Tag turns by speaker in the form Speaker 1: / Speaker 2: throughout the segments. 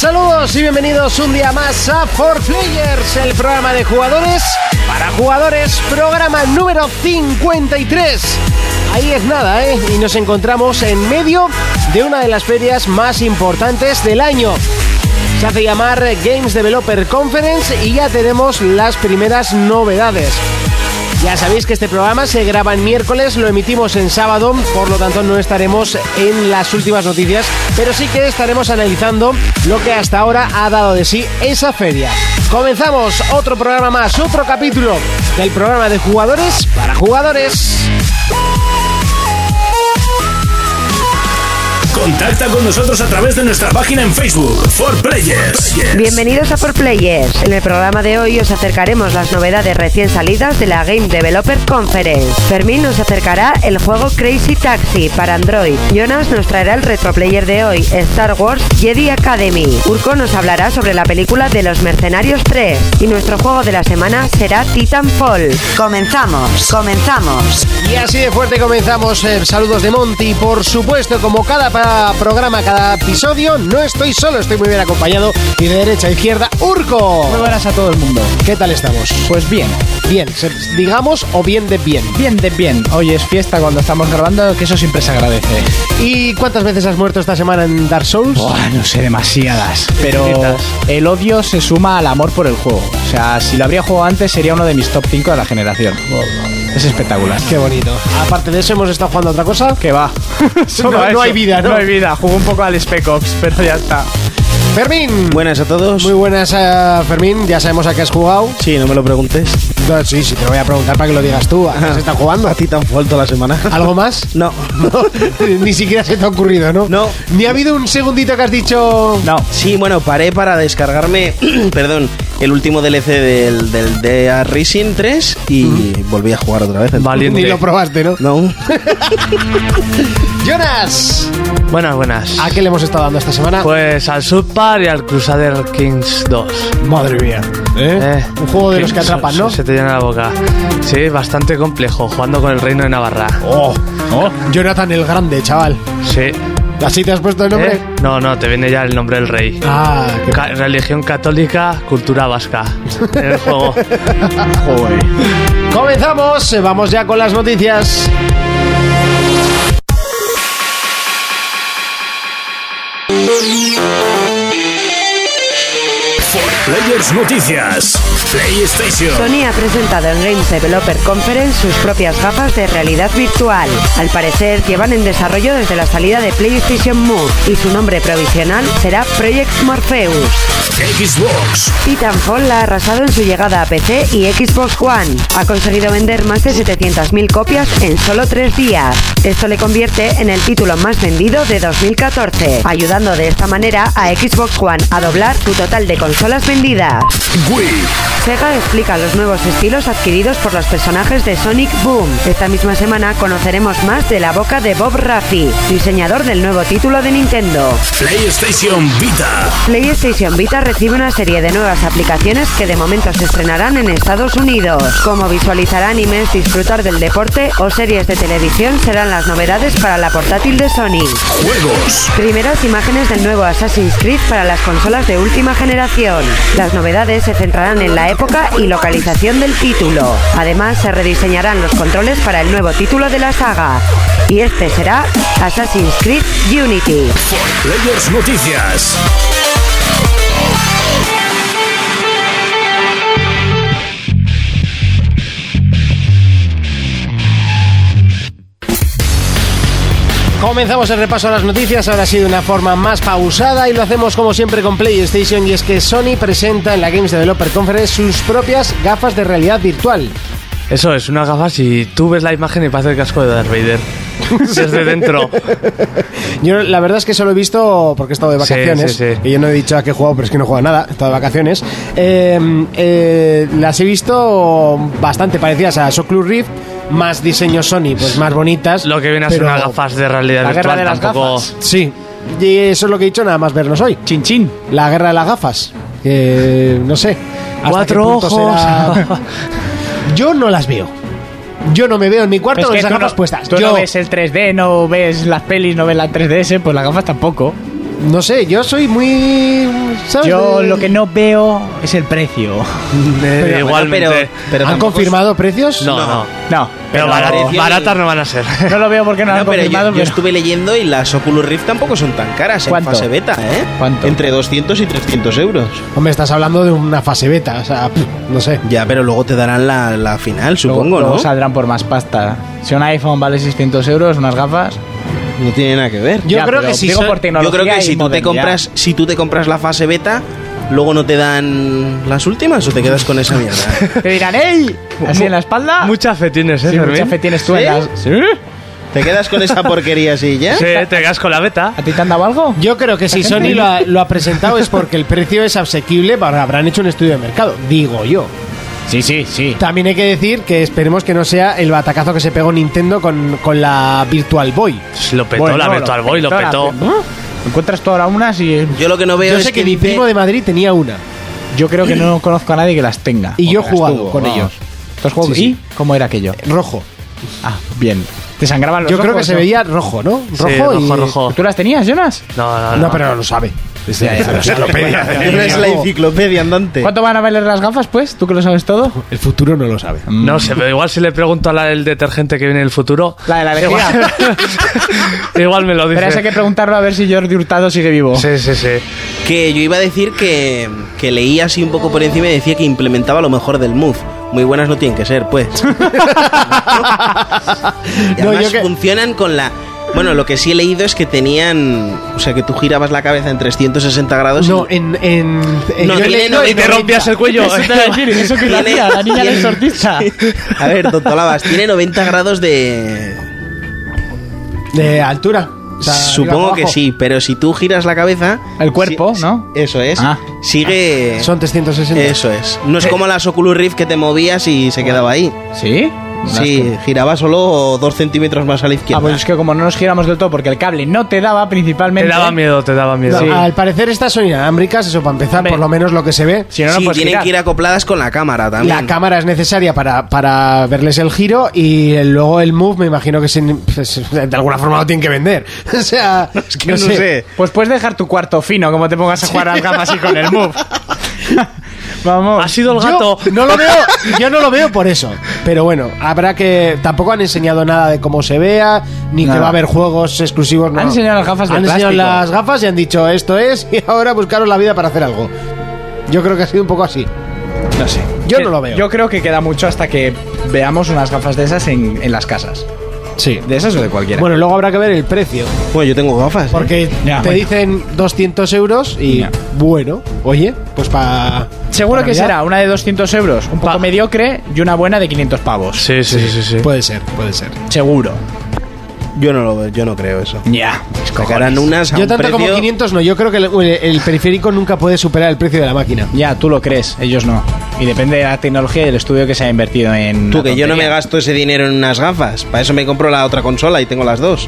Speaker 1: todos y bienvenidos un día más a For Players, el programa de jugadores para jugadores, programa número 53. Ahí es nada, ¿eh? Y nos encontramos en medio de una de las ferias más importantes del año. Se hace llamar Games Developer Conference y ya tenemos las primeras novedades. Ya sabéis que este programa se graba en miércoles, lo emitimos en sábado, por lo tanto no estaremos en las últimas noticias, pero sí que estaremos analizando lo que hasta ahora ha dado de sí esa feria. Comenzamos otro programa más, otro capítulo del programa de jugadores para jugadores.
Speaker 2: Contacta con nosotros a través de nuestra página en Facebook, For Players.
Speaker 3: Bienvenidos a For Players. En el programa de hoy os acercaremos las novedades recién salidas de la Game Developer Conference. Fermín nos acercará el juego Crazy Taxi para Android. Jonas nos traerá el retroplayer de hoy, Star Wars Jedi Academy. Urko nos hablará sobre la película de los Mercenarios 3. Y nuestro juego de la semana será Titanfall.
Speaker 4: Comenzamos, comenzamos.
Speaker 1: Y así de fuerte comenzamos. eh, saludos de Monty. Por supuesto, como cada pa- programa, cada episodio, no estoy solo, estoy muy bien acompañado. Y de derecha a izquierda, Urco.
Speaker 5: Muy buenas a todo el mundo.
Speaker 1: ¿Qué tal estamos?
Speaker 5: Pues bien,
Speaker 1: Bien, se- digamos o bien de bien.
Speaker 5: bien de bien. Hoy es fiesta cuando estamos grabando, que eso siempre se agradece.
Speaker 1: ¿Y cuántas veces has muerto esta semana en Dark Souls?
Speaker 5: Buah, no sé, demasiadas. Pero
Speaker 1: Infinitas.
Speaker 5: el odio se suma al amor por el juego. O sea, si lo habría jugado antes sería uno de mis top 5 de la generación. Es espectacular.
Speaker 1: Qué bonito. Aparte de eso, hemos estado jugando a otra cosa.
Speaker 5: Que va. Solo
Speaker 1: No- no
Speaker 5: eso.
Speaker 1: hay vida, ¿no?
Speaker 5: hay vida. Juego un poco al Spec Ops, pero ya está.
Speaker 1: Fermín.
Speaker 6: Buenas a todos.
Speaker 1: Muy buenas, eh, Fermín. Ya sabemos a qué has jugado.
Speaker 6: Sí, no me lo preguntes.
Speaker 1: No, sí, sí, te lo voy a preguntar para que lo digas tú. ¿A qué se está jugando?
Speaker 6: A ti tan fuerte la semana.
Speaker 1: ¿Algo más?
Speaker 6: No.
Speaker 1: Ni siquiera se te ha ocurrido, ¿no?
Speaker 6: No.
Speaker 1: Ni ha habido un segundito que has dicho.
Speaker 5: No.
Speaker 6: Sí, bueno, paré para descargarme, perdón, el último DLC del, del de Racing 3 y volví a jugar otra vez.
Speaker 1: Ni lo probaste, ¿no?
Speaker 6: No.
Speaker 1: ¡Jonas!
Speaker 7: Buenas, buenas.
Speaker 1: ¿A qué le hemos estado dando esta semana?
Speaker 7: Pues al South Park y al Crusader Kings 2.
Speaker 1: Madre mía.
Speaker 7: ¿eh?
Speaker 1: Un juego de los que
Speaker 7: se-
Speaker 1: atrapan, ¿no?
Speaker 7: Se, se te llena la boca. Sí, bastante complejo, jugando con el Reino de Navarra.
Speaker 1: Oh, Jonathan el Grande, chaval.
Speaker 7: Sí.
Speaker 1: ¿Así te has puesto el nombre?
Speaker 7: ¿eh? No, no, te viene ya el nombre del rey.
Speaker 1: Ah, qué
Speaker 7: Ca- religión católica, cultura vasca. En el juego.
Speaker 1: Comenzamos, eh, vamos ya con las noticias.
Speaker 2: Players Noticias. PlayStation.
Speaker 3: Sony ha presentado en Games Developer Conference sus propias gafas de realidad virtual. Al parecer llevan en desarrollo desde la salida de PlayStation Move y su nombre provisional será Project Morpheus.
Speaker 2: Xbox.
Speaker 3: Titanfall la ha arrasado en su llegada a PC y Xbox One. Ha conseguido vender más de 700.000 copias en solo tres días. Esto le convierte en el título más vendido de 2014, ayudando de esta manera a Xbox One a doblar su total de consolas vendidas.
Speaker 2: Wii.
Speaker 3: Sega explica los nuevos estilos adquiridos por los personajes de Sonic Boom. Esta misma semana conoceremos más de la boca de Bob Raffi, diseñador del nuevo título de Nintendo.
Speaker 2: PlayStation Vita.
Speaker 3: PlayStation Vita recibe una serie de nuevas aplicaciones que de momento se estrenarán en Estados Unidos. Como visualizar animes, disfrutar del deporte o series de televisión serán las novedades para la portátil de Sony.
Speaker 2: Juegos.
Speaker 3: Primeras imágenes del nuevo Assassin's Creed para las consolas de última generación. Las novedades se centrarán en la época y localización del título. Además, se rediseñarán los controles para el nuevo título de la saga. Y este será Assassin's Creed Unity.
Speaker 2: Players Noticias.
Speaker 1: Comenzamos el repaso a las noticias, ahora sí de una forma más pausada y lo hacemos como siempre con PlayStation y es que Sony presenta en la Games Developer Conference sus propias gafas de realidad virtual.
Speaker 7: Eso es, unas gafas y tú ves la imagen y parece el casco de Darth Vader. Desde dentro.
Speaker 1: Yo la verdad es que solo he visto porque he estado de
Speaker 7: Sí,
Speaker 1: vacaciones
Speaker 7: sí, sí.
Speaker 1: y yo no he dicho a qué he jugado, pero es que no he jugado a nada, he estado de vacaciones. Eh, eh, las he visto bastante parecidas a Soclus Rift, más diseño Sony, pues más bonitas.
Speaker 7: Lo que viene a ser
Speaker 1: pero
Speaker 7: unas gafas de realidad
Speaker 5: la guerra
Speaker 7: virtual
Speaker 5: de las
Speaker 7: tampoco.
Speaker 5: gafas.
Speaker 1: Sí, y eso es lo que he dicho nada más vernos hoy.
Speaker 5: Chin chin.
Speaker 1: La guerra de las gafas. que no sé. hasta
Speaker 7: Cuatro
Speaker 1: qué punto
Speaker 7: ojos.
Speaker 1: será- Yo no las veo. Yo no me veo en mi cuarto con
Speaker 5: que
Speaker 1: esas
Speaker 5: tú
Speaker 1: gafas
Speaker 5: no-
Speaker 1: puestas.
Speaker 5: Tú
Speaker 1: Yo
Speaker 5: no ves el 3D, no ves las pelis, no ves la 3DS, pues las gafas tampoco.
Speaker 1: No sé, yo soy muy. ¿sabes?
Speaker 5: Yo
Speaker 1: De-
Speaker 5: lo que no veo es el precio.
Speaker 7: Pero igualmente.
Speaker 6: pero- pero
Speaker 1: ¿Han
Speaker 6: tampoco-
Speaker 1: confirmado precios?
Speaker 7: no, no.
Speaker 5: No,
Speaker 7: Pero, barat-
Speaker 6: precio y-
Speaker 7: baratas no van a ser.
Speaker 5: no lo veo porque no, lo
Speaker 6: No,
Speaker 5: han
Speaker 6: pero yo,
Speaker 5: confirmado.
Speaker 6: yo
Speaker 5: pero-
Speaker 6: estuve leyendo y las Oculus Rift tampoco son tan caras
Speaker 5: ¿Cuánto?
Speaker 6: en fase beta, ¿eh?
Speaker 5: ¿Cuánto?
Speaker 6: Entre 200 y 300 euros.
Speaker 1: Hombre, estás hablando de una fase beta, o sea, pff, no sé.
Speaker 6: Ya, pero luego te darán la, la final,
Speaker 5: Luego-
Speaker 6: supongo,
Speaker 5: luego
Speaker 6: ¿no?
Speaker 5: saldrán por más pasta. Si un iPhone vale 600 euros, unas gafas.
Speaker 6: No tiene nada que ver.
Speaker 1: Yo creo
Speaker 5: pero
Speaker 1: que si
Speaker 5: digo
Speaker 1: so-
Speaker 5: por
Speaker 6: Yo
Speaker 5: tecnología
Speaker 6: creo que
Speaker 5: y
Speaker 6: si tú te
Speaker 5: modernidad.
Speaker 6: compras, si tú te compras la fase beta, luego no te dan las últimas o te quedas con esa mierda.
Speaker 5: Te dirán, ¡ey! Así en la espalda.
Speaker 7: Mucha fe tienes, ¿eh?
Speaker 5: Sí, mucha
Speaker 7: Fermín?
Speaker 5: fe tienes tú en
Speaker 6: ¿Sí?
Speaker 5: las- ¿Sí?
Speaker 6: te quedas con esa porquería así, ¿ya?
Speaker 7: Sí, te quedas con la beta.
Speaker 5: ¿A ti te han dado algo?
Speaker 1: Yo creo que si Sony lo ha, lo ha presentado es porque el precio es asequible, para- habrán hecho un estudio de mercado, digo yo.
Speaker 5: Sí, sí, sí.
Speaker 1: También hay que decir que esperemos que no sea el batacazo que se pegó Nintendo con, con la Virtual Boy.
Speaker 7: Lo petó
Speaker 5: Bueno,
Speaker 7: la Virtual Boy, lo petó.
Speaker 5: la- ¿Eh? Encuentras tú ahora unas y
Speaker 6: Yo lo que no veo
Speaker 1: Yo
Speaker 6: es
Speaker 1: sé que mi
Speaker 6: dice-
Speaker 1: primo de Madrid tenía una.
Speaker 5: yo creo que no conozco a nadie que las tenga.
Speaker 1: Y
Speaker 5: O
Speaker 1: yo
Speaker 5: que
Speaker 1: he
Speaker 5: las
Speaker 1: jugado
Speaker 5: tuvo,
Speaker 1: con
Speaker 5: vamos.
Speaker 1: ellos.
Speaker 5: ¿Tú has jugado?
Speaker 1: Sí,
Speaker 5: ¿Y cómo era aquello?
Speaker 1: Rojo.
Speaker 5: Ah, bien. ¿Te sangraban los
Speaker 1: Yo creo que
Speaker 5: ojos,
Speaker 1: se
Speaker 5: no?
Speaker 1: veía rojo, ¿no? Rojo
Speaker 7: Sí,
Speaker 1: y-
Speaker 7: rojo, rojo.
Speaker 5: ¿Tú las tenías, Jonas?
Speaker 7: No, no, no.
Speaker 1: No, pero no lo sabe.
Speaker 5: Ya, ya, ya.
Speaker 6: Esa es la enciclopedia andante.
Speaker 5: ¿Cuánto van a valer las gafas, pues? ¿Tú que lo sabes todo?
Speaker 1: El futuro no lo sabe.
Speaker 7: No sé, pero igual si le pregunto a la del detergente que viene en el futuro.
Speaker 5: La de la vejiga.
Speaker 7: igual me lo dice.
Speaker 5: Pero eso hay que preguntarlo a ver si Jordi Hurtado sigue vivo.
Speaker 7: Sí, sí, sí.
Speaker 6: Que yo iba a decir que, que leía así un poco por encima y decía que implementaba lo mejor del Move. Muy buenas no tienen que ser, pues. Y
Speaker 1: No,
Speaker 6: además
Speaker 1: yo que-
Speaker 6: funcionan con la... Bueno, lo que sí he leído es que tenían... O sea, que tú girabas la cabeza en 360 grados
Speaker 1: No,
Speaker 6: y...
Speaker 1: en. en, en-
Speaker 6: No,
Speaker 1: yo
Speaker 6: tiene
Speaker 1: le-
Speaker 6: no-
Speaker 7: Y te rompías el cuello.
Speaker 5: Eso te iba a decir, eso que la hacía, la niña del sortista.
Speaker 6: A ver, tontolabas, tiene 90 grados de...
Speaker 1: De altura. O sea, arriba,
Speaker 6: Supongo que
Speaker 1: abajo.
Speaker 6: sí, pero si tú giras la cabeza...
Speaker 5: El cuerpo,
Speaker 6: si-
Speaker 5: ¿no?
Speaker 6: Eso es.
Speaker 5: Ah. Eh.
Speaker 6: Sigue...
Speaker 1: Son 360.
Speaker 6: Eso eh. es. No es como las Oculus Rift que te movías y se quedaba ahí.
Speaker 5: ¿Sí?
Speaker 6: Sí, giraba solo dos centímetros más a la
Speaker 5: Ah,
Speaker 6: izquierda.
Speaker 5: pues es que como no nos giramos del todo porque el cable no te daba
Speaker 7: Te
Speaker 5: principalmente.
Speaker 7: daba miedo, te daba miedo.
Speaker 1: No, Al parecer estas son inalámbricas, eso para empezar, por lo menos lo que se ve.
Speaker 5: Si no, no
Speaker 6: sí,
Speaker 5: puedes
Speaker 6: tienen
Speaker 5: girar.
Speaker 6: que ir acopladas con la cámara también.
Speaker 1: La cámara es necesaria para, para verles el giro y luego el move me imagino que sin- pues, de alguna forma lo tienen que vender. O sea, no sé.
Speaker 5: Pues puedes dejar tu cuarto fino, como te pongas a jugar al gama así con el move. Vamos.
Speaker 7: Ha sido el
Speaker 1: Yo
Speaker 7: gato.
Speaker 1: no lo veo, yo no lo veo por eso. Pero bueno, habrá que tampoco han enseñado nada de cómo se vea ni que
Speaker 5: Nada.
Speaker 1: va a haber juegos exclusivos. no.
Speaker 5: Han enseñado las gafas de
Speaker 1: Han enseñado
Speaker 5: plástico.
Speaker 1: las gafas y han dicho esto es y ahora buscaros la vida para hacer algo. Yo creo que ha sido un poco así.
Speaker 5: No sé.
Speaker 1: Yo no lo veo.
Speaker 5: Yo creo que queda mucho hasta que veamos unas gafas de esas en, en las casas.
Speaker 1: sí.
Speaker 5: De esas o de cualquiera.
Speaker 1: Bueno, luego habrá que ver el precio.
Speaker 6: Bueno, yo tengo gafas. ¿eh?
Speaker 1: Porque
Speaker 5: Ya,
Speaker 1: te
Speaker 5: bueno.
Speaker 1: dicen 200 euros y
Speaker 5: Ya.
Speaker 1: bueno, oye, pues para.
Speaker 5: Seguro que será una de 200 euros, un poco
Speaker 7: Pa-
Speaker 5: mediocre, y una buena de 500 pavos.
Speaker 7: Sí, sí, sí, sí. sí.
Speaker 1: Puede ser, puede ser.
Speaker 5: Seguro.
Speaker 6: Yo no lo veo, yo no creo eso.
Speaker 5: Ya.
Speaker 6: Sacarán unas a
Speaker 1: Yo
Speaker 6: un
Speaker 1: tanto como
Speaker 6: precio-
Speaker 1: 500 no, yo creo que el, el periférico nunca puede superar el precio de la máquina.
Speaker 5: Ya, tú lo crees, ellos no. Y depende de la tecnología y del estudio que se ha invertido en.
Speaker 6: Tú,
Speaker 5: la
Speaker 6: que yo no me
Speaker 5: tontería.
Speaker 6: gasto ese dinero en unas gafas. Para eso me compro la otra consola y tengo las dos.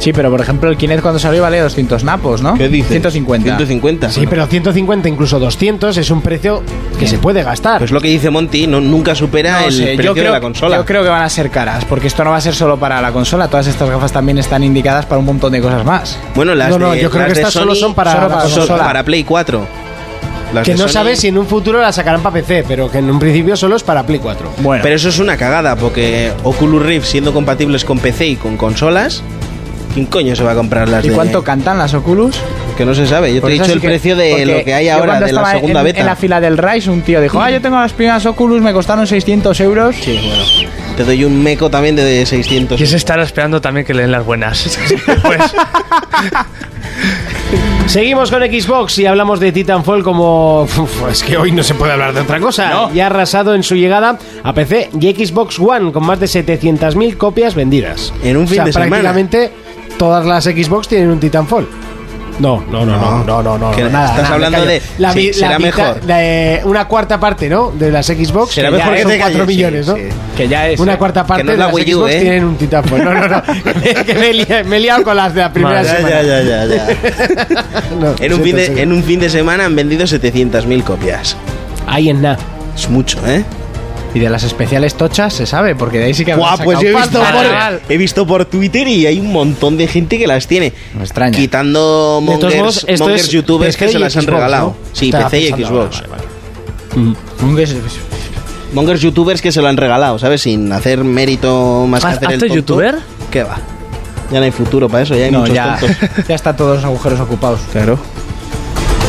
Speaker 5: Sí, pero por ejemplo, el Kinect cuando salió valía 200 napos, ¿no? 150.
Speaker 6: 150.
Speaker 1: Sí, pero 150, incluso 200 es un precio que se puede gastar.
Speaker 6: Pues lo que dice Monty, no, nunca supera
Speaker 5: No
Speaker 6: el
Speaker 5: sé,
Speaker 6: precio
Speaker 5: yo,
Speaker 6: de
Speaker 5: creo,
Speaker 6: la consola.
Speaker 5: yo creo que van a ser caras, porque esto no va a ser solo para la consola, todas estas gafas también están indicadas para un montón de cosas más.
Speaker 6: Bueno, las
Speaker 1: No, no,
Speaker 6: de,
Speaker 1: yo creo
Speaker 6: las
Speaker 1: que
Speaker 6: de
Speaker 1: estas solo
Speaker 6: Sony
Speaker 1: son para
Speaker 5: solo
Speaker 1: la
Speaker 5: para-
Speaker 6: son
Speaker 1: consola.
Speaker 6: para Play 4. Las
Speaker 1: que
Speaker 6: de
Speaker 1: no
Speaker 6: Sony-
Speaker 1: sabes si en un futuro la sacarán para PC, pero que en un principio solo es para Play 4.
Speaker 5: Bueno,
Speaker 6: Pero eso es una cagada, porque Oculus Rift siendo compatibles con PC y con consolas, ¿quién coño se va a comprar las
Speaker 5: ¿y
Speaker 6: de-
Speaker 5: cuánto cantan las Oculus?
Speaker 6: Que no se sabe. Yo
Speaker 5: Por
Speaker 6: te he
Speaker 5: eso
Speaker 6: dicho
Speaker 5: sí
Speaker 6: el
Speaker 5: que-
Speaker 6: precio de
Speaker 5: porque
Speaker 6: lo que hay
Speaker 5: yo
Speaker 6: ahora
Speaker 5: cuando
Speaker 6: de la
Speaker 5: estaba en-
Speaker 6: segunda
Speaker 5: en,
Speaker 6: beta.
Speaker 5: En la fila del Rise un tío dijo, ah, yo tengo las primeras Oculus, me costaron 600 euros.
Speaker 6: Sí, bueno. Te doy un meco también de 600.
Speaker 7: Y se estará esperando también que le den las buenas. Pues,
Speaker 1: Seguimos con Xbox y hablamos de Titanfall como... Uf, es que hoy no se puede hablar de otra cosa. Ya ha arrasado en su llegada a PC y Xbox One con más de 700.000 copias vendidas.
Speaker 6: En un fin
Speaker 1: o sea,
Speaker 6: de semana.
Speaker 1: prácticamente todas las Xbox tienen un Titanfall. No, no, no, no, no, no, no,
Speaker 6: Ah. Que
Speaker 1: nada,
Speaker 6: estás
Speaker 1: nada, me
Speaker 6: hablando
Speaker 1: callo.
Speaker 6: de-
Speaker 1: La, vi-
Speaker 6: sí, será
Speaker 1: la mitad-
Speaker 6: mejor.
Speaker 1: la, eh, una cuarta parte, ¿no? De las Xbox.
Speaker 6: Será
Speaker 1: que
Speaker 6: mejor
Speaker 1: ya
Speaker 6: que
Speaker 1: son
Speaker 6: te
Speaker 1: 4
Speaker 6: calles,
Speaker 1: millones,
Speaker 6: sí,
Speaker 1: ¿no?
Speaker 6: sí.
Speaker 5: Que ya es.
Speaker 1: Una cuarta parte
Speaker 6: que no es
Speaker 1: de
Speaker 6: la
Speaker 1: las
Speaker 6: Wii U,
Speaker 1: Xbox
Speaker 6: ¿eh?
Speaker 1: tienen un Titanfall. No, no, no. que me, he liado, me he liado con las de la primera
Speaker 7: Madre,
Speaker 6: Ya,
Speaker 1: semana.
Speaker 6: ya, ya, ya, ya.
Speaker 1: No,
Speaker 6: en, un fin
Speaker 1: sí,
Speaker 6: de,
Speaker 1: sí.
Speaker 6: en un fin de semana han vendido 700.000 copias.
Speaker 1: Ahí en nada.
Speaker 6: Es mucho, ¿eh?
Speaker 5: Y de las especiales tochas se sabe, porque de ahí sí que habrán
Speaker 6: Guau, pues yo he
Speaker 5: sacado
Speaker 6: visto,
Speaker 5: pasta.
Speaker 7: Carnaval.
Speaker 6: por, he visto por Twitter y hay un montón de gente que las tiene.
Speaker 5: No extraña.
Speaker 6: Quitando
Speaker 7: De todos
Speaker 6: mongers,
Speaker 7: modos, esto
Speaker 6: mongers
Speaker 7: es
Speaker 6: youtubers
Speaker 7: PC
Speaker 6: que se
Speaker 7: y
Speaker 6: las han
Speaker 7: Xbox,
Speaker 6: regalado.
Speaker 7: ¿no?
Speaker 6: Sí,
Speaker 5: Estaba
Speaker 6: PC y
Speaker 5: pensando,
Speaker 6: Xbox.
Speaker 5: vale, vale, Mm. Un des-
Speaker 6: Mongers youtubers que se lo han regalado, ¿sabes? Sin hacer mérito más que
Speaker 7: ¿Haz-
Speaker 6: hacer el
Speaker 7: hazte
Speaker 6: tonto.
Speaker 7: youtuber?
Speaker 6: ¿Qué va? Ya no hay futuro para eso, ya hay
Speaker 5: No,
Speaker 6: muchos
Speaker 5: ya,
Speaker 6: tontos.
Speaker 5: ya están todos los agujeros ocupados. Claro.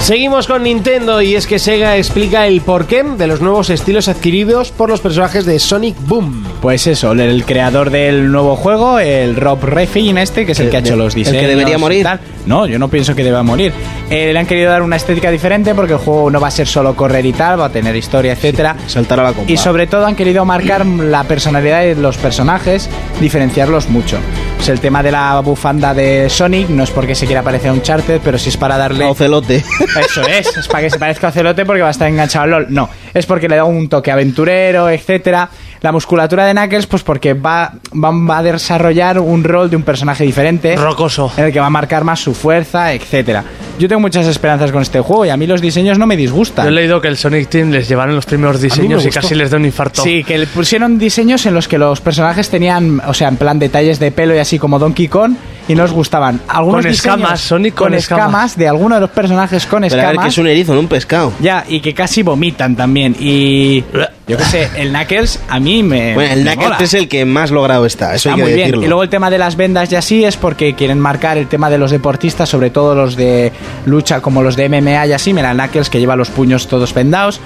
Speaker 1: Seguimos con Nintendo y es que Sega explica el porqué de los nuevos estilos adquiridos por los personajes de Sonic Boom.
Speaker 5: Pues eso, el creador del nuevo juego, el Rob Refin este, que es el que ha hecho los
Speaker 6: el que
Speaker 5: diseños.
Speaker 6: debería
Speaker 5: y
Speaker 6: morir.
Speaker 5: tal. No, yo no pienso que deba morir. Eh, le han querido dar una estética diferente porque el juego no va a ser solo correr y tal, va a tener historia, etcétera.
Speaker 6: Saltar a la compa.
Speaker 5: Y sobre todo han querido marcar la personalidad de los personajes, diferenciarlos mucho. O sea, el tema de la bufanda de Sonic no es porque se quiera parecer a un charter, pero sí es para darle...
Speaker 6: A Ocelote.
Speaker 5: Eso es, es para que se parezca a Celote porque va a estar enganchado al LOL. No, es porque le da un toque aventurero, etcétera. La musculatura de Knuckles, pues porque va, va, va a desarrollar un rol de un personaje diferente.
Speaker 7: Rocoso.
Speaker 5: En el que va a marcar más su fuerza, etcétera. Yo tengo muchas esperanzas con este juego y a mí los diseños no me disgustan.
Speaker 7: Yo he leído que el Sonic Team les llevaron los primeros diseños y casi les da un infarto.
Speaker 5: Sí, que le pusieron diseños en los que los personajes tenían, o sea, en plan detalles de pelo y así como Donkey Kong y no os gustaban. Algunos
Speaker 7: Con
Speaker 5: diseños
Speaker 7: escamas, Sonic con
Speaker 5: escamas.
Speaker 7: escamas.
Speaker 5: de algunos de los personajes con
Speaker 6: Pero a
Speaker 5: escamas.
Speaker 6: ver, que es un erizo, no un pescado.
Speaker 5: Ya, y que casi vomitan también. Y yo qué sé, el Knuckles a mí me.
Speaker 6: Bueno, el
Speaker 5: me mola.
Speaker 6: Knuckles es el que más logrado está,
Speaker 5: Está
Speaker 6: eso hay que
Speaker 5: muy bien.
Speaker 6: decirlo.
Speaker 5: Y luego el tema de las vendas y así es porque quieren marcar el tema de los deportistas, sobre todo los de lucha como los de MMA y así. Mira, el Knuckles que lleva los puños todos vendados.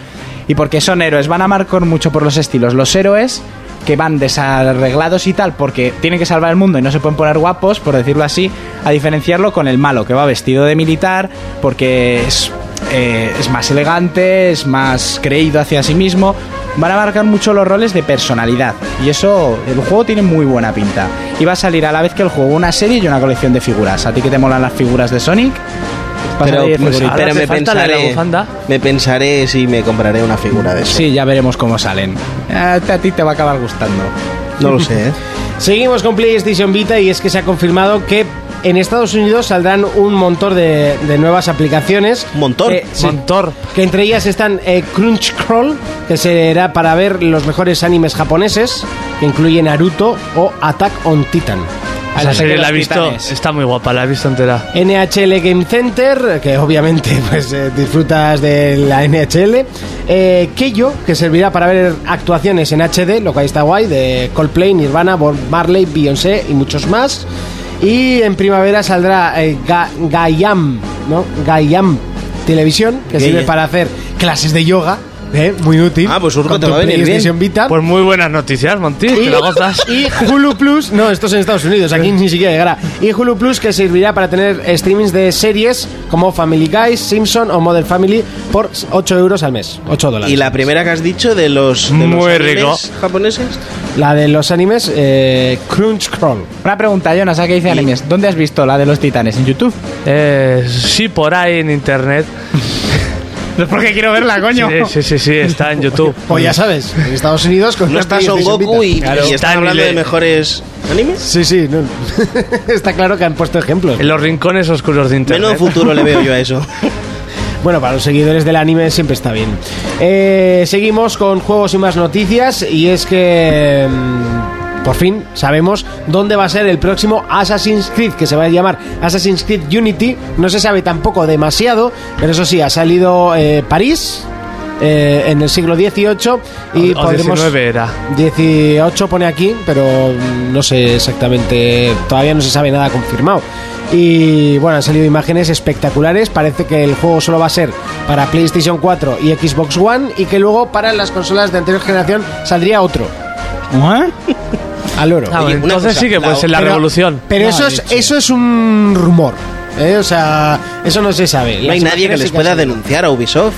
Speaker 5: Y porque son héroes, van a marcar mucho por los estilos. Los héroes que van desarreglados y tal porque tienen que salvar el mundo y no se pueden poner guapos, por decirlo así, a diferenciarlo con el malo que va vestido de militar porque es, eh, es más elegante, es más creído hacia sí mismo. Van a marcar mucho los roles de personalidad y eso, el juego tiene muy buena pinta. Y va a salir a la vez que el juego una serie y una colección de figuras. ¿A ti que te molan las figuras de Sonic? Vas a
Speaker 6: Pero,
Speaker 5: salir
Speaker 6: pues,
Speaker 5: figuritas.
Speaker 6: pero
Speaker 7: Ahora
Speaker 6: me
Speaker 7: hace falta la de la
Speaker 6: pensaré,
Speaker 7: bufanda.
Speaker 6: me pensaré si me compraré una figura de eso.
Speaker 5: Sí, ya veremos cómo salen. A ti- Eh, a ti te va a acabar gustando.
Speaker 6: No lo sé, ¿eh?
Speaker 1: Seguimos con PlayStation Vita y es que se ha confirmado que en Estados Unidos saldrán un montón de, de nuevas aplicaciones.
Speaker 6: Un montón.
Speaker 1: Eh, sí.
Speaker 7: Montor.
Speaker 1: Que entre ellas están eh, Crunchyroll, que será para ver los mejores animes japoneses, que incluyen Naruto o Attack on Titan.
Speaker 7: Esa serie la he
Speaker 5: los
Speaker 7: visto.
Speaker 5: titanes.
Speaker 7: Está muy guapa, la he visto entera.
Speaker 1: NHL Game Center, que obviamente pues eh, disfrutas de la NHL. Eh, Keyo, que servirá para ver actuaciones en HD, lo que ahí está guay, de Coldplay, Nirvana, Bob Marley, Beyoncé y muchos más. Y en primavera saldrá eh, Ga- Gayam, ¿no? Gayam Televisión, que sirve
Speaker 6: Gayam.
Speaker 1: para hacer clases de yoga, ¿eh? muy útil.
Speaker 6: Ah, pues Urco
Speaker 1: con
Speaker 6: te
Speaker 1: tu
Speaker 6: va a venir bien.
Speaker 1: PlayStation Vita.
Speaker 7: Pues muy buenas noticias, Monty. Te la gozas.
Speaker 1: Y Hulu Plus, no, esto es en Estados Unidos, aquí ni siquiera llegará. Y Hulu Plus que servirá para tener streamings de series como Family Guys, Simpson o Modern Family por 8 euros al mes, 8 dólares.
Speaker 6: Y la primera que has dicho de los, de los
Speaker 7: Muy
Speaker 6: animes
Speaker 7: rico.
Speaker 6: japoneses.
Speaker 1: La de los animes, eh, Crunch Crawl.
Speaker 5: Una pregunta, Jonas, ¿a qué dice animes? ¿Dónde has visto la de los titanes? ¿En YouTube?
Speaker 7: Eh, sí, por ahí en internet.
Speaker 5: Pues porque quiero verla, coño.
Speaker 7: Sí, sí, sí, sí, está en YouTube.
Speaker 1: Pues ya sabes, en Estados Unidos con
Speaker 6: No
Speaker 1: una
Speaker 6: está Son
Speaker 1: PlayStation
Speaker 6: Goku
Speaker 1: Vita.
Speaker 6: y,
Speaker 7: Claro.
Speaker 6: y están
Speaker 7: Tan
Speaker 6: hablando
Speaker 7: ile-
Speaker 6: de mejores animes.
Speaker 1: Sí, sí, no. está claro que han puesto ejemplos.
Speaker 7: En los rincones oscuros de internet.
Speaker 6: Menos futuro le veo yo a eso.
Speaker 1: Bueno, para los seguidores del anime siempre está bien. Eh, seguimos con juegos y más noticias y es que mm, por fin sabemos dónde va a ser el próximo Assassin's Creed, que se va a llamar Assassin's Creed Unity. No se sabe tampoco demasiado, pero eso sí, ha salido eh, París. eh, en el siglo XVIII y
Speaker 7: O- o
Speaker 1: podremos
Speaker 7: 19 era.
Speaker 1: 18 pone aquí, pero no sé exactamente, todavía no se sabe nada confirmado. Y bueno, han salido imágenes espectaculares, parece que el juego solo va a ser para PlayStation 4 y Xbox One y que luego para las consolas de anterior generación saldría otro, al oro.
Speaker 7: Ah, bueno,
Speaker 6: una
Speaker 7: entonces
Speaker 6: cosa,
Speaker 7: sí que
Speaker 6: la-
Speaker 7: puede ser la
Speaker 1: Pero-
Speaker 7: revolución.
Speaker 1: Pero
Speaker 6: Ah,
Speaker 5: No,
Speaker 1: eso,
Speaker 5: de
Speaker 1: es,
Speaker 5: hecho.
Speaker 1: eso es un rumor. ¿eh? O sea, eso no se sabe.
Speaker 6: No
Speaker 1: Las
Speaker 6: hay nadie que
Speaker 1: imágenes sí
Speaker 6: les
Speaker 1: han
Speaker 6: pueda
Speaker 1: salido.
Speaker 6: denunciar a Ubisoft.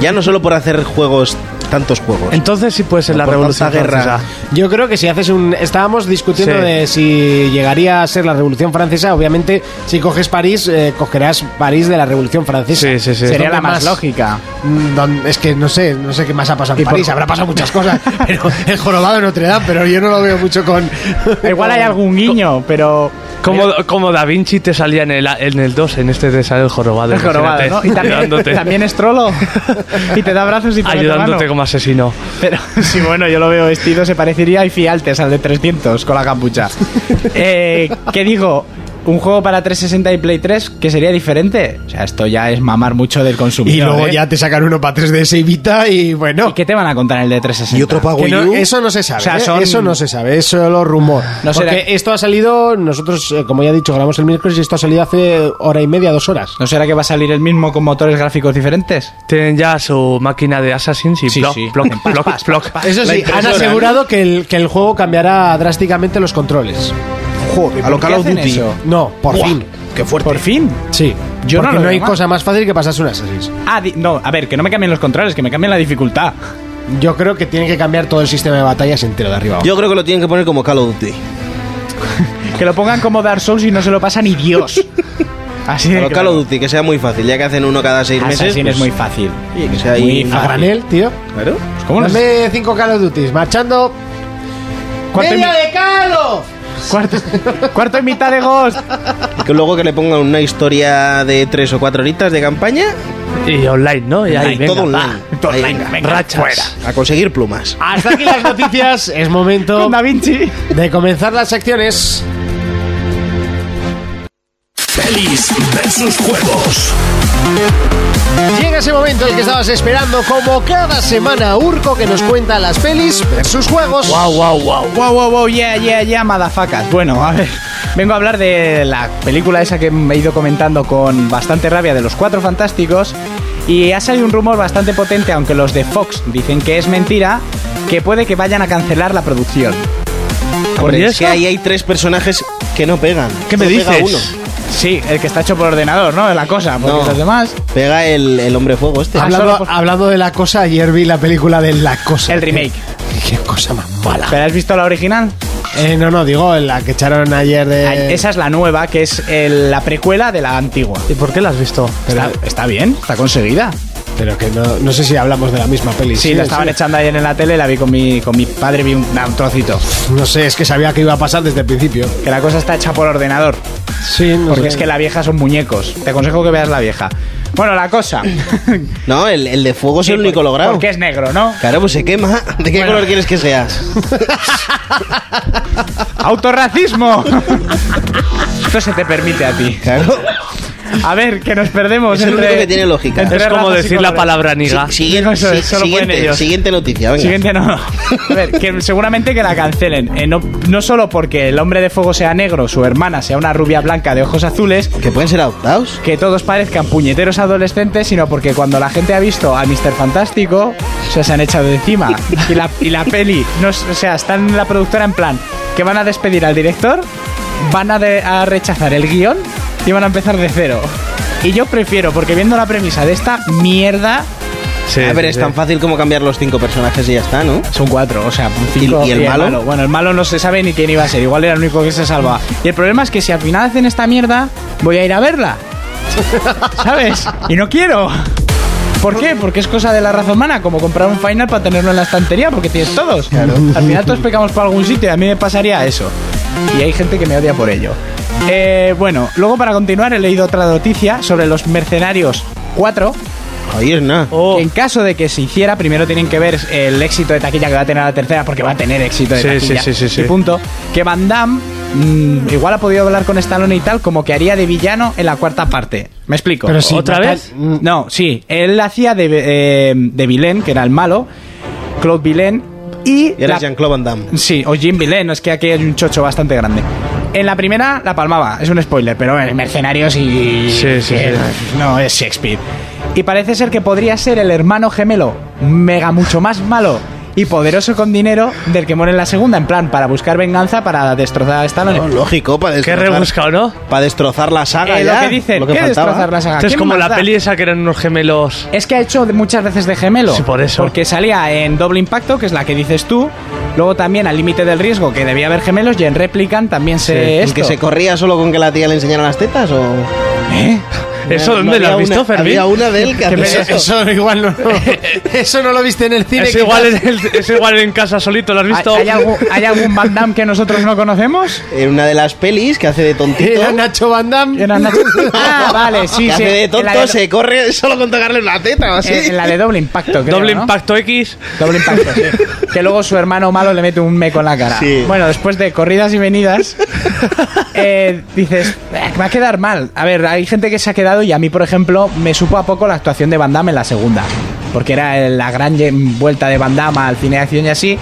Speaker 6: Ya no solo por hacer juegos, tantos juegos.
Speaker 7: Entonces sí puede ser la
Speaker 6: Por
Speaker 7: revolución.
Speaker 6: tanta guerra.
Speaker 7: francesa.
Speaker 1: Yo creo que si haces un. Estábamos discutiendo
Speaker 7: Sí.
Speaker 1: de si llegaría a ser la Revolución Francesa. Obviamente, si coges París, eh, cogerás París de la Revolución Francesa.
Speaker 7: Sí, sí, sí.
Speaker 5: Sería
Speaker 1: ¿Dónde
Speaker 5: la más lógica.
Speaker 1: Mm, don- Es que no sé, no sé qué más ha pasado en
Speaker 5: Y por-
Speaker 1: París. Habrá pasado muchas cosas. pero el jorobado de Notre Dame, pero yo no lo veo mucho con.
Speaker 5: Igual hay algún guiño, pero.
Speaker 7: Como, como Da Vinci te salía en el, en el 2, en este te sale el jorobado.
Speaker 5: Es jorobado, ¿no?
Speaker 7: imagínate,
Speaker 5: Y también,
Speaker 7: ayudándote,
Speaker 5: también es trolo. Y te da brazos y te da
Speaker 7: ayudándote
Speaker 5: mano.
Speaker 7: como asesino.
Speaker 5: Pero sí, bueno, yo lo veo vestido, se parecería a Fialtes, al de 300, con la campucha. Eh, ¿Qué digo? Un juego para 360 y Play 3 que sería diferente. O sea, esto ya es mamar mucho del consumidor.
Speaker 1: Y luego
Speaker 5: ¿eh?
Speaker 1: ya te sacan uno para 3DS y Vita y bueno.
Speaker 5: ¿Y qué te van a contar en el de 360?
Speaker 8: Y otro pago
Speaker 1: Que no-
Speaker 8: Wii U.
Speaker 1: eso no se sabe.
Speaker 5: O sea,
Speaker 1: ¿eh?
Speaker 5: son-
Speaker 1: Eso no se sabe, es solo rumor.
Speaker 5: No
Speaker 1: Ah. Porque
Speaker 5: será-
Speaker 1: esto ha salido, nosotros, eh, como ya he dicho, grabamos el miércoles y esto ha salido hace hora y media, dos horas.
Speaker 5: ¿No será que va a salir el mismo con motores gráficos diferentes?
Speaker 7: Tienen ya su máquina de Assassin's y
Speaker 5: Sí,
Speaker 7: ploc,
Speaker 5: sí.
Speaker 7: ploc, ploc, ploc.
Speaker 1: Eso sí,
Speaker 6: La
Speaker 1: han
Speaker 5: ¿eh?
Speaker 6: impresora,
Speaker 1: asegurado que el, que el juego cambiará drásticamente los controles.
Speaker 6: A lo Call of Duty.
Speaker 1: No, por fin.
Speaker 5: Qué fuerte. Por fin.
Speaker 1: Sí.
Speaker 5: Yo
Speaker 1: Porque
Speaker 5: no lo
Speaker 1: no,
Speaker 5: veo
Speaker 1: hay
Speaker 5: mal.
Speaker 1: cosa más fácil que pasarse un Assassin's.
Speaker 5: Ah, di- no, a ver, que no me cambien los controles, que me cambien la dificultad.
Speaker 1: Yo creo que tienen que cambiar todo el sistema de batallas entero de arriba. abajo.
Speaker 6: Yo creo que lo tienen que poner como Call of Duty.
Speaker 5: Que lo pongan como Dark Souls y no se lo pasa ni Dios. Así de
Speaker 6: A lo Call
Speaker 5: claro.
Speaker 6: of Duty, que sea muy fácil, ya que hacen uno cada seis meses.
Speaker 5: Assassin es muy
Speaker 6: pues,
Speaker 5: fácil.
Speaker 6: que sea ahí-
Speaker 5: Muy
Speaker 1: A
Speaker 5: fácil.
Speaker 1: granel, tío.
Speaker 6: Claro.
Speaker 5: ¿Cómo no sé?
Speaker 1: Dame cinco Call of Duty, marchando.
Speaker 5: Cuarto y
Speaker 1: ¡Media
Speaker 5: mi-
Speaker 1: de Call of!
Speaker 5: Cuarto, cuarto y mitad de Ghost.
Speaker 6: Que luego que le pongan una historia de tres o cuatro horitas de campaña.
Speaker 7: Y online, ¿no? Y ahí,
Speaker 6: y
Speaker 7: venga,
Speaker 6: todo
Speaker 7: va.
Speaker 6: online. Ahí,
Speaker 7: Rachas.
Speaker 6: A conseguir plumas.
Speaker 1: Hasta aquí las noticias. Es momento
Speaker 5: Con Da Vinci.
Speaker 1: de comenzar las secciones.
Speaker 2: Pelis versus juegos.
Speaker 1: Llega ese momento el que estabas esperando, como cada semana, Urco que nos cuenta las pelis versus juegos.
Speaker 5: wow, wow. Wow, wow, wow, yeah, yeah, yeah, madafacas. Bueno, a ver. Vengo a hablar de la película esa que me he ido comentando con bastante rabia de los cuatro fantásticos. Y ha salido un rumor bastante potente, aunque los de Fox dicen que es mentira, que puede que vayan a cancelar la producción.
Speaker 6: Hombre,
Speaker 7: ¿Y
Speaker 6: es que
Speaker 7: eso?
Speaker 6: ahí hay tres personajes que no pegan.
Speaker 7: ¿Qué me
Speaker 6: Solo Pega
Speaker 7: dices?
Speaker 6: uno.
Speaker 5: Sí, el que está hecho por ordenador, ¿no? La cosa, porque
Speaker 6: No.
Speaker 5: los demás.
Speaker 6: Pega el, el hombre fuego este.
Speaker 1: Hablando, hablando de la cosa, ayer vi la película de La Cosa. Eh,
Speaker 5: El remake.
Speaker 1: Qué cosa más mala.
Speaker 5: ¿Pero has visto la original?
Speaker 1: Eh, no, no, digo, la que echaron ayer
Speaker 6: Eh,
Speaker 1: de.
Speaker 5: Ah, Esa es la nueva, que es eh, la precuela de la antigua.
Speaker 7: ¿Y por qué la has visto?
Speaker 5: Está, está bien, está conseguida.
Speaker 1: Pero que no, no sé si hablamos de la misma peli.
Speaker 5: Sí, la estaban echando ayer en la tele, la vi con mi, con mi padre, vi un, un trocito.
Speaker 1: No sé, es que sabía que iba a pasar desde el principio.
Speaker 5: Que la cosa está hecha por ordenador,
Speaker 1: Sí, no
Speaker 5: porque es que la vieja son muñecos. Te aconsejo que veas la vieja. Bueno, la cosa.
Speaker 6: No, el, el de fuego es
Speaker 5: Sí,
Speaker 6: el único
Speaker 5: por-
Speaker 6: logrado.
Speaker 5: Porque es negro, ¿no?
Speaker 6: Claro, pues se quema. ¿De qué
Speaker 5: Bueno.
Speaker 6: color quieres que seas?
Speaker 5: ¡Autorracismo! Esto se te permite a ti.
Speaker 6: Claro.
Speaker 5: A ver, que nos perdemos.
Speaker 6: Es el
Speaker 5: entre-
Speaker 6: único que tiene lógica.
Speaker 5: entre
Speaker 7: Es como
Speaker 5: razas y
Speaker 7: decir la
Speaker 5: colores.
Speaker 7: palabra niga.
Speaker 6: Sí,
Speaker 5: Digo eso,
Speaker 6: siguiente, sí,
Speaker 5: solo pueden
Speaker 6: siguiente,
Speaker 5: ellos.
Speaker 6: siguiente noticia, venga.
Speaker 5: Siguiente no, no. A ver, que seguramente que la cancelen. Eh, no, no solo porque el hombre de fuego sea negro, su hermana sea una rubia blanca de ojos azules,
Speaker 6: ¿Que pueden ser adoptados?
Speaker 5: que todos parezcan puñeteros adolescentes, sino porque cuando la gente ha visto al Mr. Fantástico, o sea, se han echado de encima. Y la, y la peli, no, es- o sea, están en la productora en plan, que van a despedir al director, van a, de- a rechazar el guión y van a empezar de cero. Y yo prefiero, porque viendo la premisa de esta mierda,
Speaker 7: Sí,
Speaker 6: a ver,
Speaker 7: sí,
Speaker 6: es
Speaker 7: sí.
Speaker 6: tan fácil como cambiar los cinco personajes y ya está, ¿no?
Speaker 5: Son cuatro, o sea,
Speaker 6: ¿Y-
Speaker 5: cinco.
Speaker 6: y el malo?
Speaker 5: Bueno, el malo no se sabe ni quién iba a ser, igual era el único que se salva. Y el problema es que si al final hacen esta mierda, voy a ir a verla. ¿Sabes? Y no quiero. ¿Por qué? Porque es cosa de la raza humana, como comprar un final para tenerlo en la estantería, porque tienes todos. Al final todos pecamos por algún sitio y a mí me pasaría eso. Y hay gente que me odia por ello. Eh, bueno, luego para continuar he leído otra noticia sobre los mercenarios 4,
Speaker 6: Ahí es nada.
Speaker 7: Oh,
Speaker 5: que En caso de que se hiciera, primero tienen que ver el éxito de taquilla que va a tener la tercera, porque va a tener éxito de
Speaker 7: Sí,
Speaker 5: taquilla.
Speaker 7: sí, sí, sí,
Speaker 5: Y
Speaker 7: sí.
Speaker 5: punto. Que Van Damme mm, igual ha podido hablar con Stallone y tal, como que haría de villano en la cuarta parte. ¿Me explico?
Speaker 1: Pero sí,
Speaker 7: ¿Otra
Speaker 1: matan-
Speaker 7: vez?
Speaker 5: No, sí. Él hacía de, eh, de Vilén, que era el malo, Claude Vilén, y...
Speaker 6: Y eres
Speaker 5: la-
Speaker 6: Jean-Claude Van Damme.
Speaker 5: Sí, o Jim Vilén, es que aquí hay un chocho bastante grande. En la primera la palmaba, es un spoiler, pero en Mercenarios y...
Speaker 7: Sí, sí,
Speaker 5: que No, es Shakespeare. Y parece ser que podría ser el hermano gemelo, mega mucho más malo y poderoso con dinero del que muere en la segunda, en plan, para buscar venganza, para destrozar a Stallone.
Speaker 6: No, lógico, para
Speaker 7: qué
Speaker 6: destrozar,
Speaker 7: rebuscado, ¿no?
Speaker 6: para destrozar la saga
Speaker 5: Eh,
Speaker 6: ya.
Speaker 5: lo que dicen,
Speaker 6: lo
Speaker 5: ¿qué
Speaker 6: faltaba.
Speaker 5: destrozar la saga?
Speaker 7: Esto es
Speaker 5: ¿Qué
Speaker 7: como
Speaker 5: más
Speaker 7: la
Speaker 5: da?
Speaker 7: peli esa que eran unos gemelos.
Speaker 5: Es que ha hecho de- muchas veces de gemelo.
Speaker 7: Sí, por eso.
Speaker 5: Porque salía en Doble Impacto, que es la que dices tú. Luego también al límite del riesgo, que debía haber gemelos. Y en Replicant también se.
Speaker 6: ¿El
Speaker 5: esto.
Speaker 6: que se corría solo con que la tía le enseñara las tetas o...?
Speaker 5: ¿Eh?
Speaker 7: ¿Eso
Speaker 6: No,
Speaker 7: dónde lo has
Speaker 6: había
Speaker 7: visto,
Speaker 6: una-
Speaker 7: Fermín?
Speaker 6: Había una de él que
Speaker 7: Que me-
Speaker 6: hacía eso.
Speaker 1: Eso igual no, no. Eso no lo viste en el cine.
Speaker 7: Es
Speaker 1: quizás.
Speaker 7: igual, en el- es igual en casa solito, ¿lo has visto?
Speaker 5: ¿Hay, hay algún, ¿Hay algún Van Damme que nosotros no conocemos?
Speaker 6: En una de las pelis que hace de tontito.
Speaker 1: Era Nacho Van Damme.
Speaker 5: Era Nacho- Ah, vale, sí,
Speaker 6: que
Speaker 5: sí.
Speaker 6: hace de
Speaker 5: en la
Speaker 6: tonto,
Speaker 5: do-
Speaker 6: se corre solo con tocarle la teta o así.
Speaker 5: eh, en- en la de doble impacto, creo,
Speaker 7: Doble
Speaker 5: ¿no?
Speaker 7: impacto X.
Speaker 5: Doble impacto, sí. Que luego su hermano malo le mete un meco en la cara.
Speaker 6: Sí.
Speaker 5: Bueno, después de corridas y venidas, eh, dices, "Eh, me va a quedar mal. A ver, hay gente que se ha quedado y a mí, por ejemplo, me supo a poco la actuación de Van Damme en la segunda. Porque era eh, la gran ye- vuelta de Van Damme al cine de acción y así.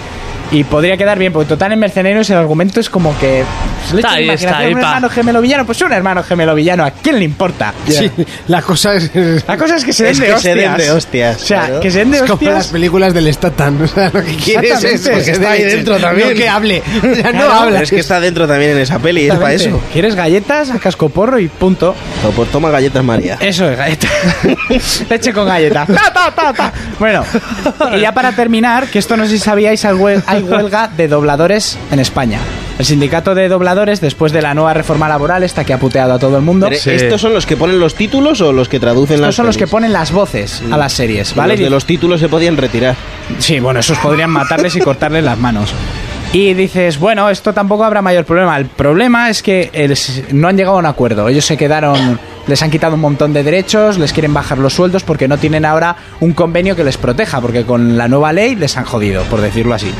Speaker 5: Y podría quedar bien, porque total en Mercenarios el argumento es como que... pues, le
Speaker 7: Está
Speaker 5: echa
Speaker 7: ahí,
Speaker 5: imaginación
Speaker 7: está ahí,
Speaker 5: a un
Speaker 7: pa.
Speaker 5: hermano gemelo villano, pues un hermano gemelo villano, ¿a quién le importa?
Speaker 1: Sí, la cosa es,
Speaker 5: La cosa es que se den
Speaker 6: Es
Speaker 5: de
Speaker 6: que se
Speaker 5: hostias.
Speaker 6: den de hostias,
Speaker 5: O sea,
Speaker 6: claro.
Speaker 5: que se den de
Speaker 1: es como
Speaker 5: hostias.
Speaker 1: las películas del Statham. O sea, lo que quieres es
Speaker 5: Exactamente.
Speaker 1: que está ahí dentro también. No que hable. O sea, no
Speaker 5: Claro.
Speaker 1: habla.
Speaker 6: Pero es que está dentro también en esa peli, es para eso.
Speaker 5: Exactamente. ¿Quieres galletas? A cascoporro y punto.
Speaker 6: No, pues toma galletas María.
Speaker 5: Eso es galleta. Leche con galleta. Ta, ta, ta, ta. Bueno, y ya para terminar, que esto no sé si sabíais, hay huel- hay huelga de dobladores en España. El sindicato de dobladores, después de la nueva reforma laboral, esta que ha puteado a todo el mundo,
Speaker 6: Pero,
Speaker 7: Sí.
Speaker 6: ¿Estos son los que ponen los títulos o los que traducen
Speaker 5: estos
Speaker 6: las
Speaker 5: son los que
Speaker 6: pelis?
Speaker 5: ponen las voces a las series, ¿vale?
Speaker 6: Los de los títulos se podían retirar.
Speaker 5: Sí, bueno, esos podrían matarles y cortarles las manos. Y dices, bueno, esto tampoco habrá mayor problema. El problema es que eh, les- no han llegado a un acuerdo. Ellos se quedaron, les han quitado un montón de derechos, les quieren bajar los sueldos porque no tienen ahora un convenio que les proteja, porque con la nueva ley les han jodido, por decirlo así.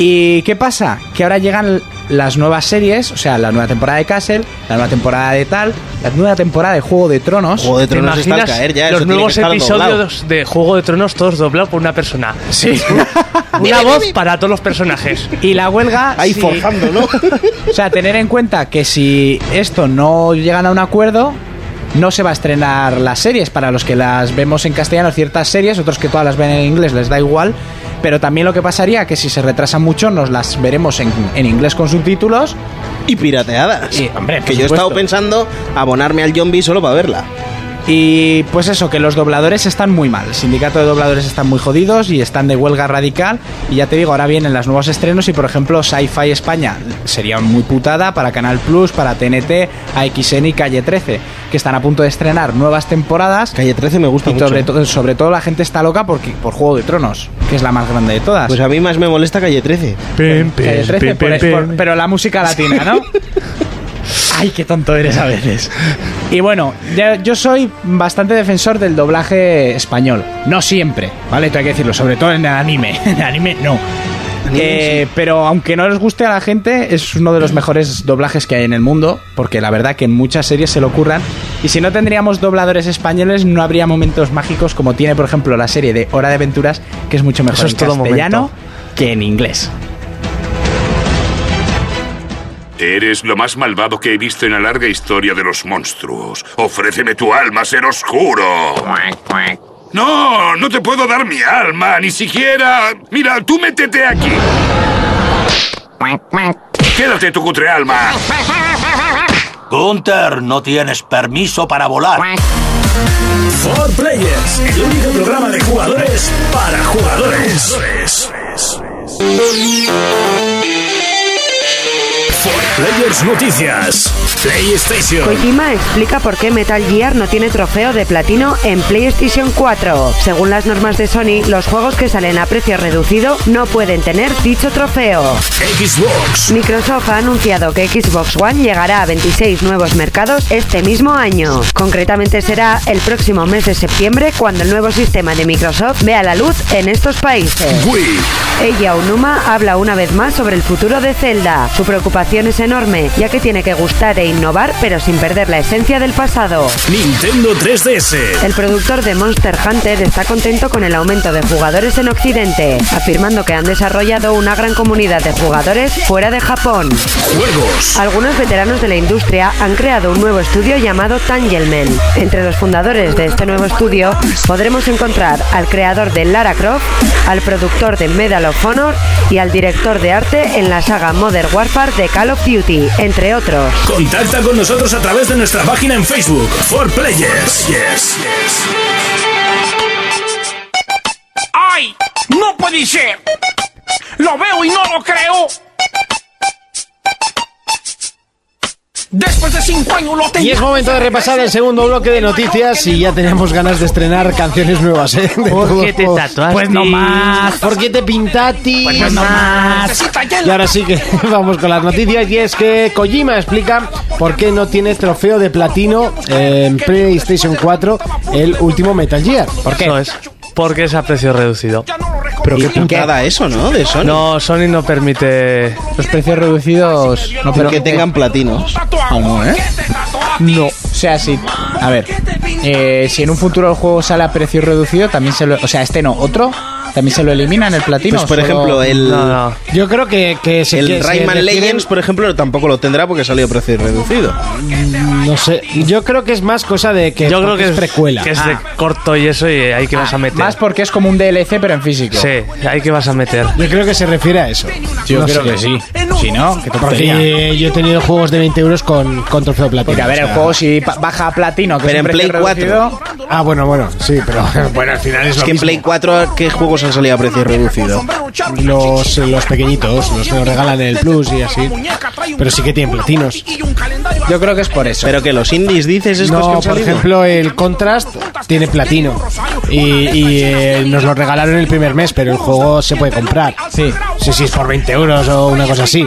Speaker 5: ¿Y qué pasa? Que ahora llegan las nuevas series, o sea, la nueva temporada de Castle, la nueva temporada de tal, la nueva temporada de Juego de Tronos.
Speaker 6: Juego de
Speaker 7: ¿Te
Speaker 6: Tronos está al
Speaker 7: imaginas
Speaker 6: caer ya.
Speaker 7: los
Speaker 6: eso tiene que
Speaker 7: nuevos
Speaker 6: estar doblado.
Speaker 7: episodios de Juego de Tronos todos doblados por una persona?
Speaker 5: Sí.
Speaker 7: Una voz para todos los personajes.
Speaker 5: Y la huelga...
Speaker 6: Ahí
Speaker 5: sí.
Speaker 6: forjando, ¿no?
Speaker 5: O sea, tener en cuenta que si esto no llegan a un acuerdo, no se va a estrenar las series. Para los que las vemos en castellano, ciertas series, otros que todas las ven en inglés, les da igual. Pero también lo que pasaría que si se retrasa mucho, nos las veremos en, en inglés con subtítulos.
Speaker 6: y pirateadas.
Speaker 5: Sí, hombre, por
Speaker 6: que yo he
Speaker 5: supuesto.
Speaker 6: estado pensando abonarme al zombie solo para verla.
Speaker 5: Y pues eso, que los dobladores están muy mal. El sindicato de dobladores están muy jodidos y están de huelga radical. Y ya te digo, ahora vienen los nuevos estrenos y por ejemplo Sci-Fi España sería muy putada para Canal Plus, para TNT, AXN y Calle 13, que están a punto de estrenar nuevas temporadas.
Speaker 6: Calle 13 me gusta
Speaker 5: Y
Speaker 6: mucho.
Speaker 5: sobre, to- sobre todo la gente está loca porque, por Juego de Tronos, que es la más grande de todas.
Speaker 6: Pues a mí más me molesta Calle 13.
Speaker 5: Calle 13, por- por- pero la música latina, ¿no? Ay, qué tonto eres a veces. Y bueno, ya- yo soy bastante defensor del doblaje español. No siempre, ¿vale? Esto hay que decirlo, sobre todo en el anime. En el anime no. Eh, Pero aunque no les guste a la gente, es uno de los mejores doblajes que hay en el mundo, porque la verdad que en muchas series se lo ocurran. Y si no tendríamos dobladores españoles, no habría momentos mágicos como tiene, por ejemplo, la serie de Hora de Aventuras, que es mucho mejor
Speaker 7: Eso es
Speaker 5: en
Speaker 7: todo
Speaker 5: castellano
Speaker 7: momento.
Speaker 5: que en inglés.
Speaker 8: Eres lo más malvado que he visto en la larga historia de los monstruos. Ofréceme tu alma, ser oscuro. No, no te puedo dar mi alma, ni siquiera. Mira, tú métete aquí. Quédate tu cutre alma.
Speaker 9: Gunther, no tienes permiso para volar.
Speaker 2: For Players, el único programa de jugadores para jugadores. For Players Noticias. PlayStation.
Speaker 3: Kojima explica por qué Metal Gear no tiene trofeo de platino en PlayStation 4. Según las normas de Sony, los juegos que salen a precio reducido no pueden tener dicho trofeo.
Speaker 2: Xbox.
Speaker 3: Microsoft ha anunciado que Xbox One llegará a 26 nuevos mercados este mismo año. Concretamente será el próximo mes de septiembre cuando el nuevo sistema de Microsoft vea la luz en estos países.
Speaker 2: Wii.
Speaker 3: Ella Unuma habla una vez más sobre el futuro de Zelda. Su preocupación es enorme, ya que tiene que gustar e innovar, pero sin perder la esencia del pasado.
Speaker 2: Nintendo 3DS.
Speaker 3: El productor de Monster Hunter está contento con el aumento de jugadores en Occidente, afirmando que han desarrollado una gran comunidad de jugadores fuera de Japón.
Speaker 2: Juegos.
Speaker 3: Algunos veteranos de la industria han creado un nuevo estudio llamado Tangleman. Entre los fundadores de este nuevo estudio podremos encontrar al creador de Lara Croft, al productor de Medal of Honor y al director de arte en la saga Modern Warfare de Call of Duty, entre otros.
Speaker 2: Contacta con nosotros a través de nuestra página en Facebook. For Players. Yes.
Speaker 9: ¡Ay! ¡No puede ser! ¡Lo veo y no lo creo! Después de cinco años lo tengo.
Speaker 1: Y es momento de repasar el segundo bloque de noticias y ya tenemos ganas de estrenar canciones nuevas, ¿eh? De
Speaker 7: ¿Por
Speaker 1: todos
Speaker 7: qué te
Speaker 1: modos.
Speaker 7: tatuaste?
Speaker 5: Pues no más.
Speaker 1: ¿Por qué te pintati?
Speaker 7: Pues no más.
Speaker 1: Y ahora sí que vamos con las noticias y es que Kojima explica por qué no tiene trofeo de platino en PlayStation 4 el último Metal Gear.
Speaker 7: ¿Por qué? Eso es. Porque es a precio reducido.
Speaker 6: Pero qué puntada eso, ¿no? De Sony.
Speaker 7: No, Sony no permite.
Speaker 5: Los precios reducidos. No,
Speaker 6: pero que tengan platinos. Ah, no, ¿eh?
Speaker 5: No. O sea, sí. A ver. eh, si en un futuro el juego sale a precio reducido, también se lo. O sea, este no, otro. También se lo eliminan el platino.
Speaker 6: Pues por
Speaker 5: solo-
Speaker 6: ejemplo, el,
Speaker 7: No, no.
Speaker 1: Yo creo que, que se que
Speaker 6: el
Speaker 1: se
Speaker 6: Rayman
Speaker 1: refieren-
Speaker 6: Legends, por ejemplo, tampoco lo tendrá porque salió a precio reducido.
Speaker 1: No sé, yo creo que es más cosa de que,
Speaker 7: Yo creo
Speaker 1: porque
Speaker 7: que es
Speaker 1: precuela.
Speaker 7: Que es
Speaker 5: Ah.
Speaker 7: de corto y eso, y ahí que vas a meter.
Speaker 5: Más porque es como un DLC, pero en físico.
Speaker 7: Sí, ahí que vas a meter.
Speaker 1: Yo creo que se refiere a eso.
Speaker 5: Yo
Speaker 1: No
Speaker 5: creo
Speaker 1: sé.
Speaker 5: que sí. Si no, que tontería.
Speaker 1: Porque yo he tenido juegos de 20 euros con, con trofeo platino.
Speaker 5: Porque a
Speaker 1: o
Speaker 5: ver, el
Speaker 1: sea.
Speaker 5: juego si pa- baja a platino, que
Speaker 6: Pero
Speaker 5: es un
Speaker 6: en
Speaker 5: precio
Speaker 6: Play 4.
Speaker 5: reducido,
Speaker 1: Ah, bueno, bueno, sí, pero bueno, al final es
Speaker 6: Es
Speaker 1: lo
Speaker 6: que en
Speaker 1: mismo.
Speaker 6: Play 4, ¿qué juegos han salido a precio reducido?
Speaker 1: Los, los pequeñitos, los que nos regalan el Plus y así. Pero sí que tienen platinos.
Speaker 5: Yo creo que es por eso.
Speaker 6: Pero que los indies dices estos que
Speaker 1: No,
Speaker 6: han
Speaker 1: por
Speaker 6: salido.
Speaker 1: ejemplo, el Contrast tiene platino. Y, y, eh, nos lo regalaron el primer mes, pero el juego se puede comprar.
Speaker 5: Sí.
Speaker 1: Sí, sí, es por 20 euros o una cosa así.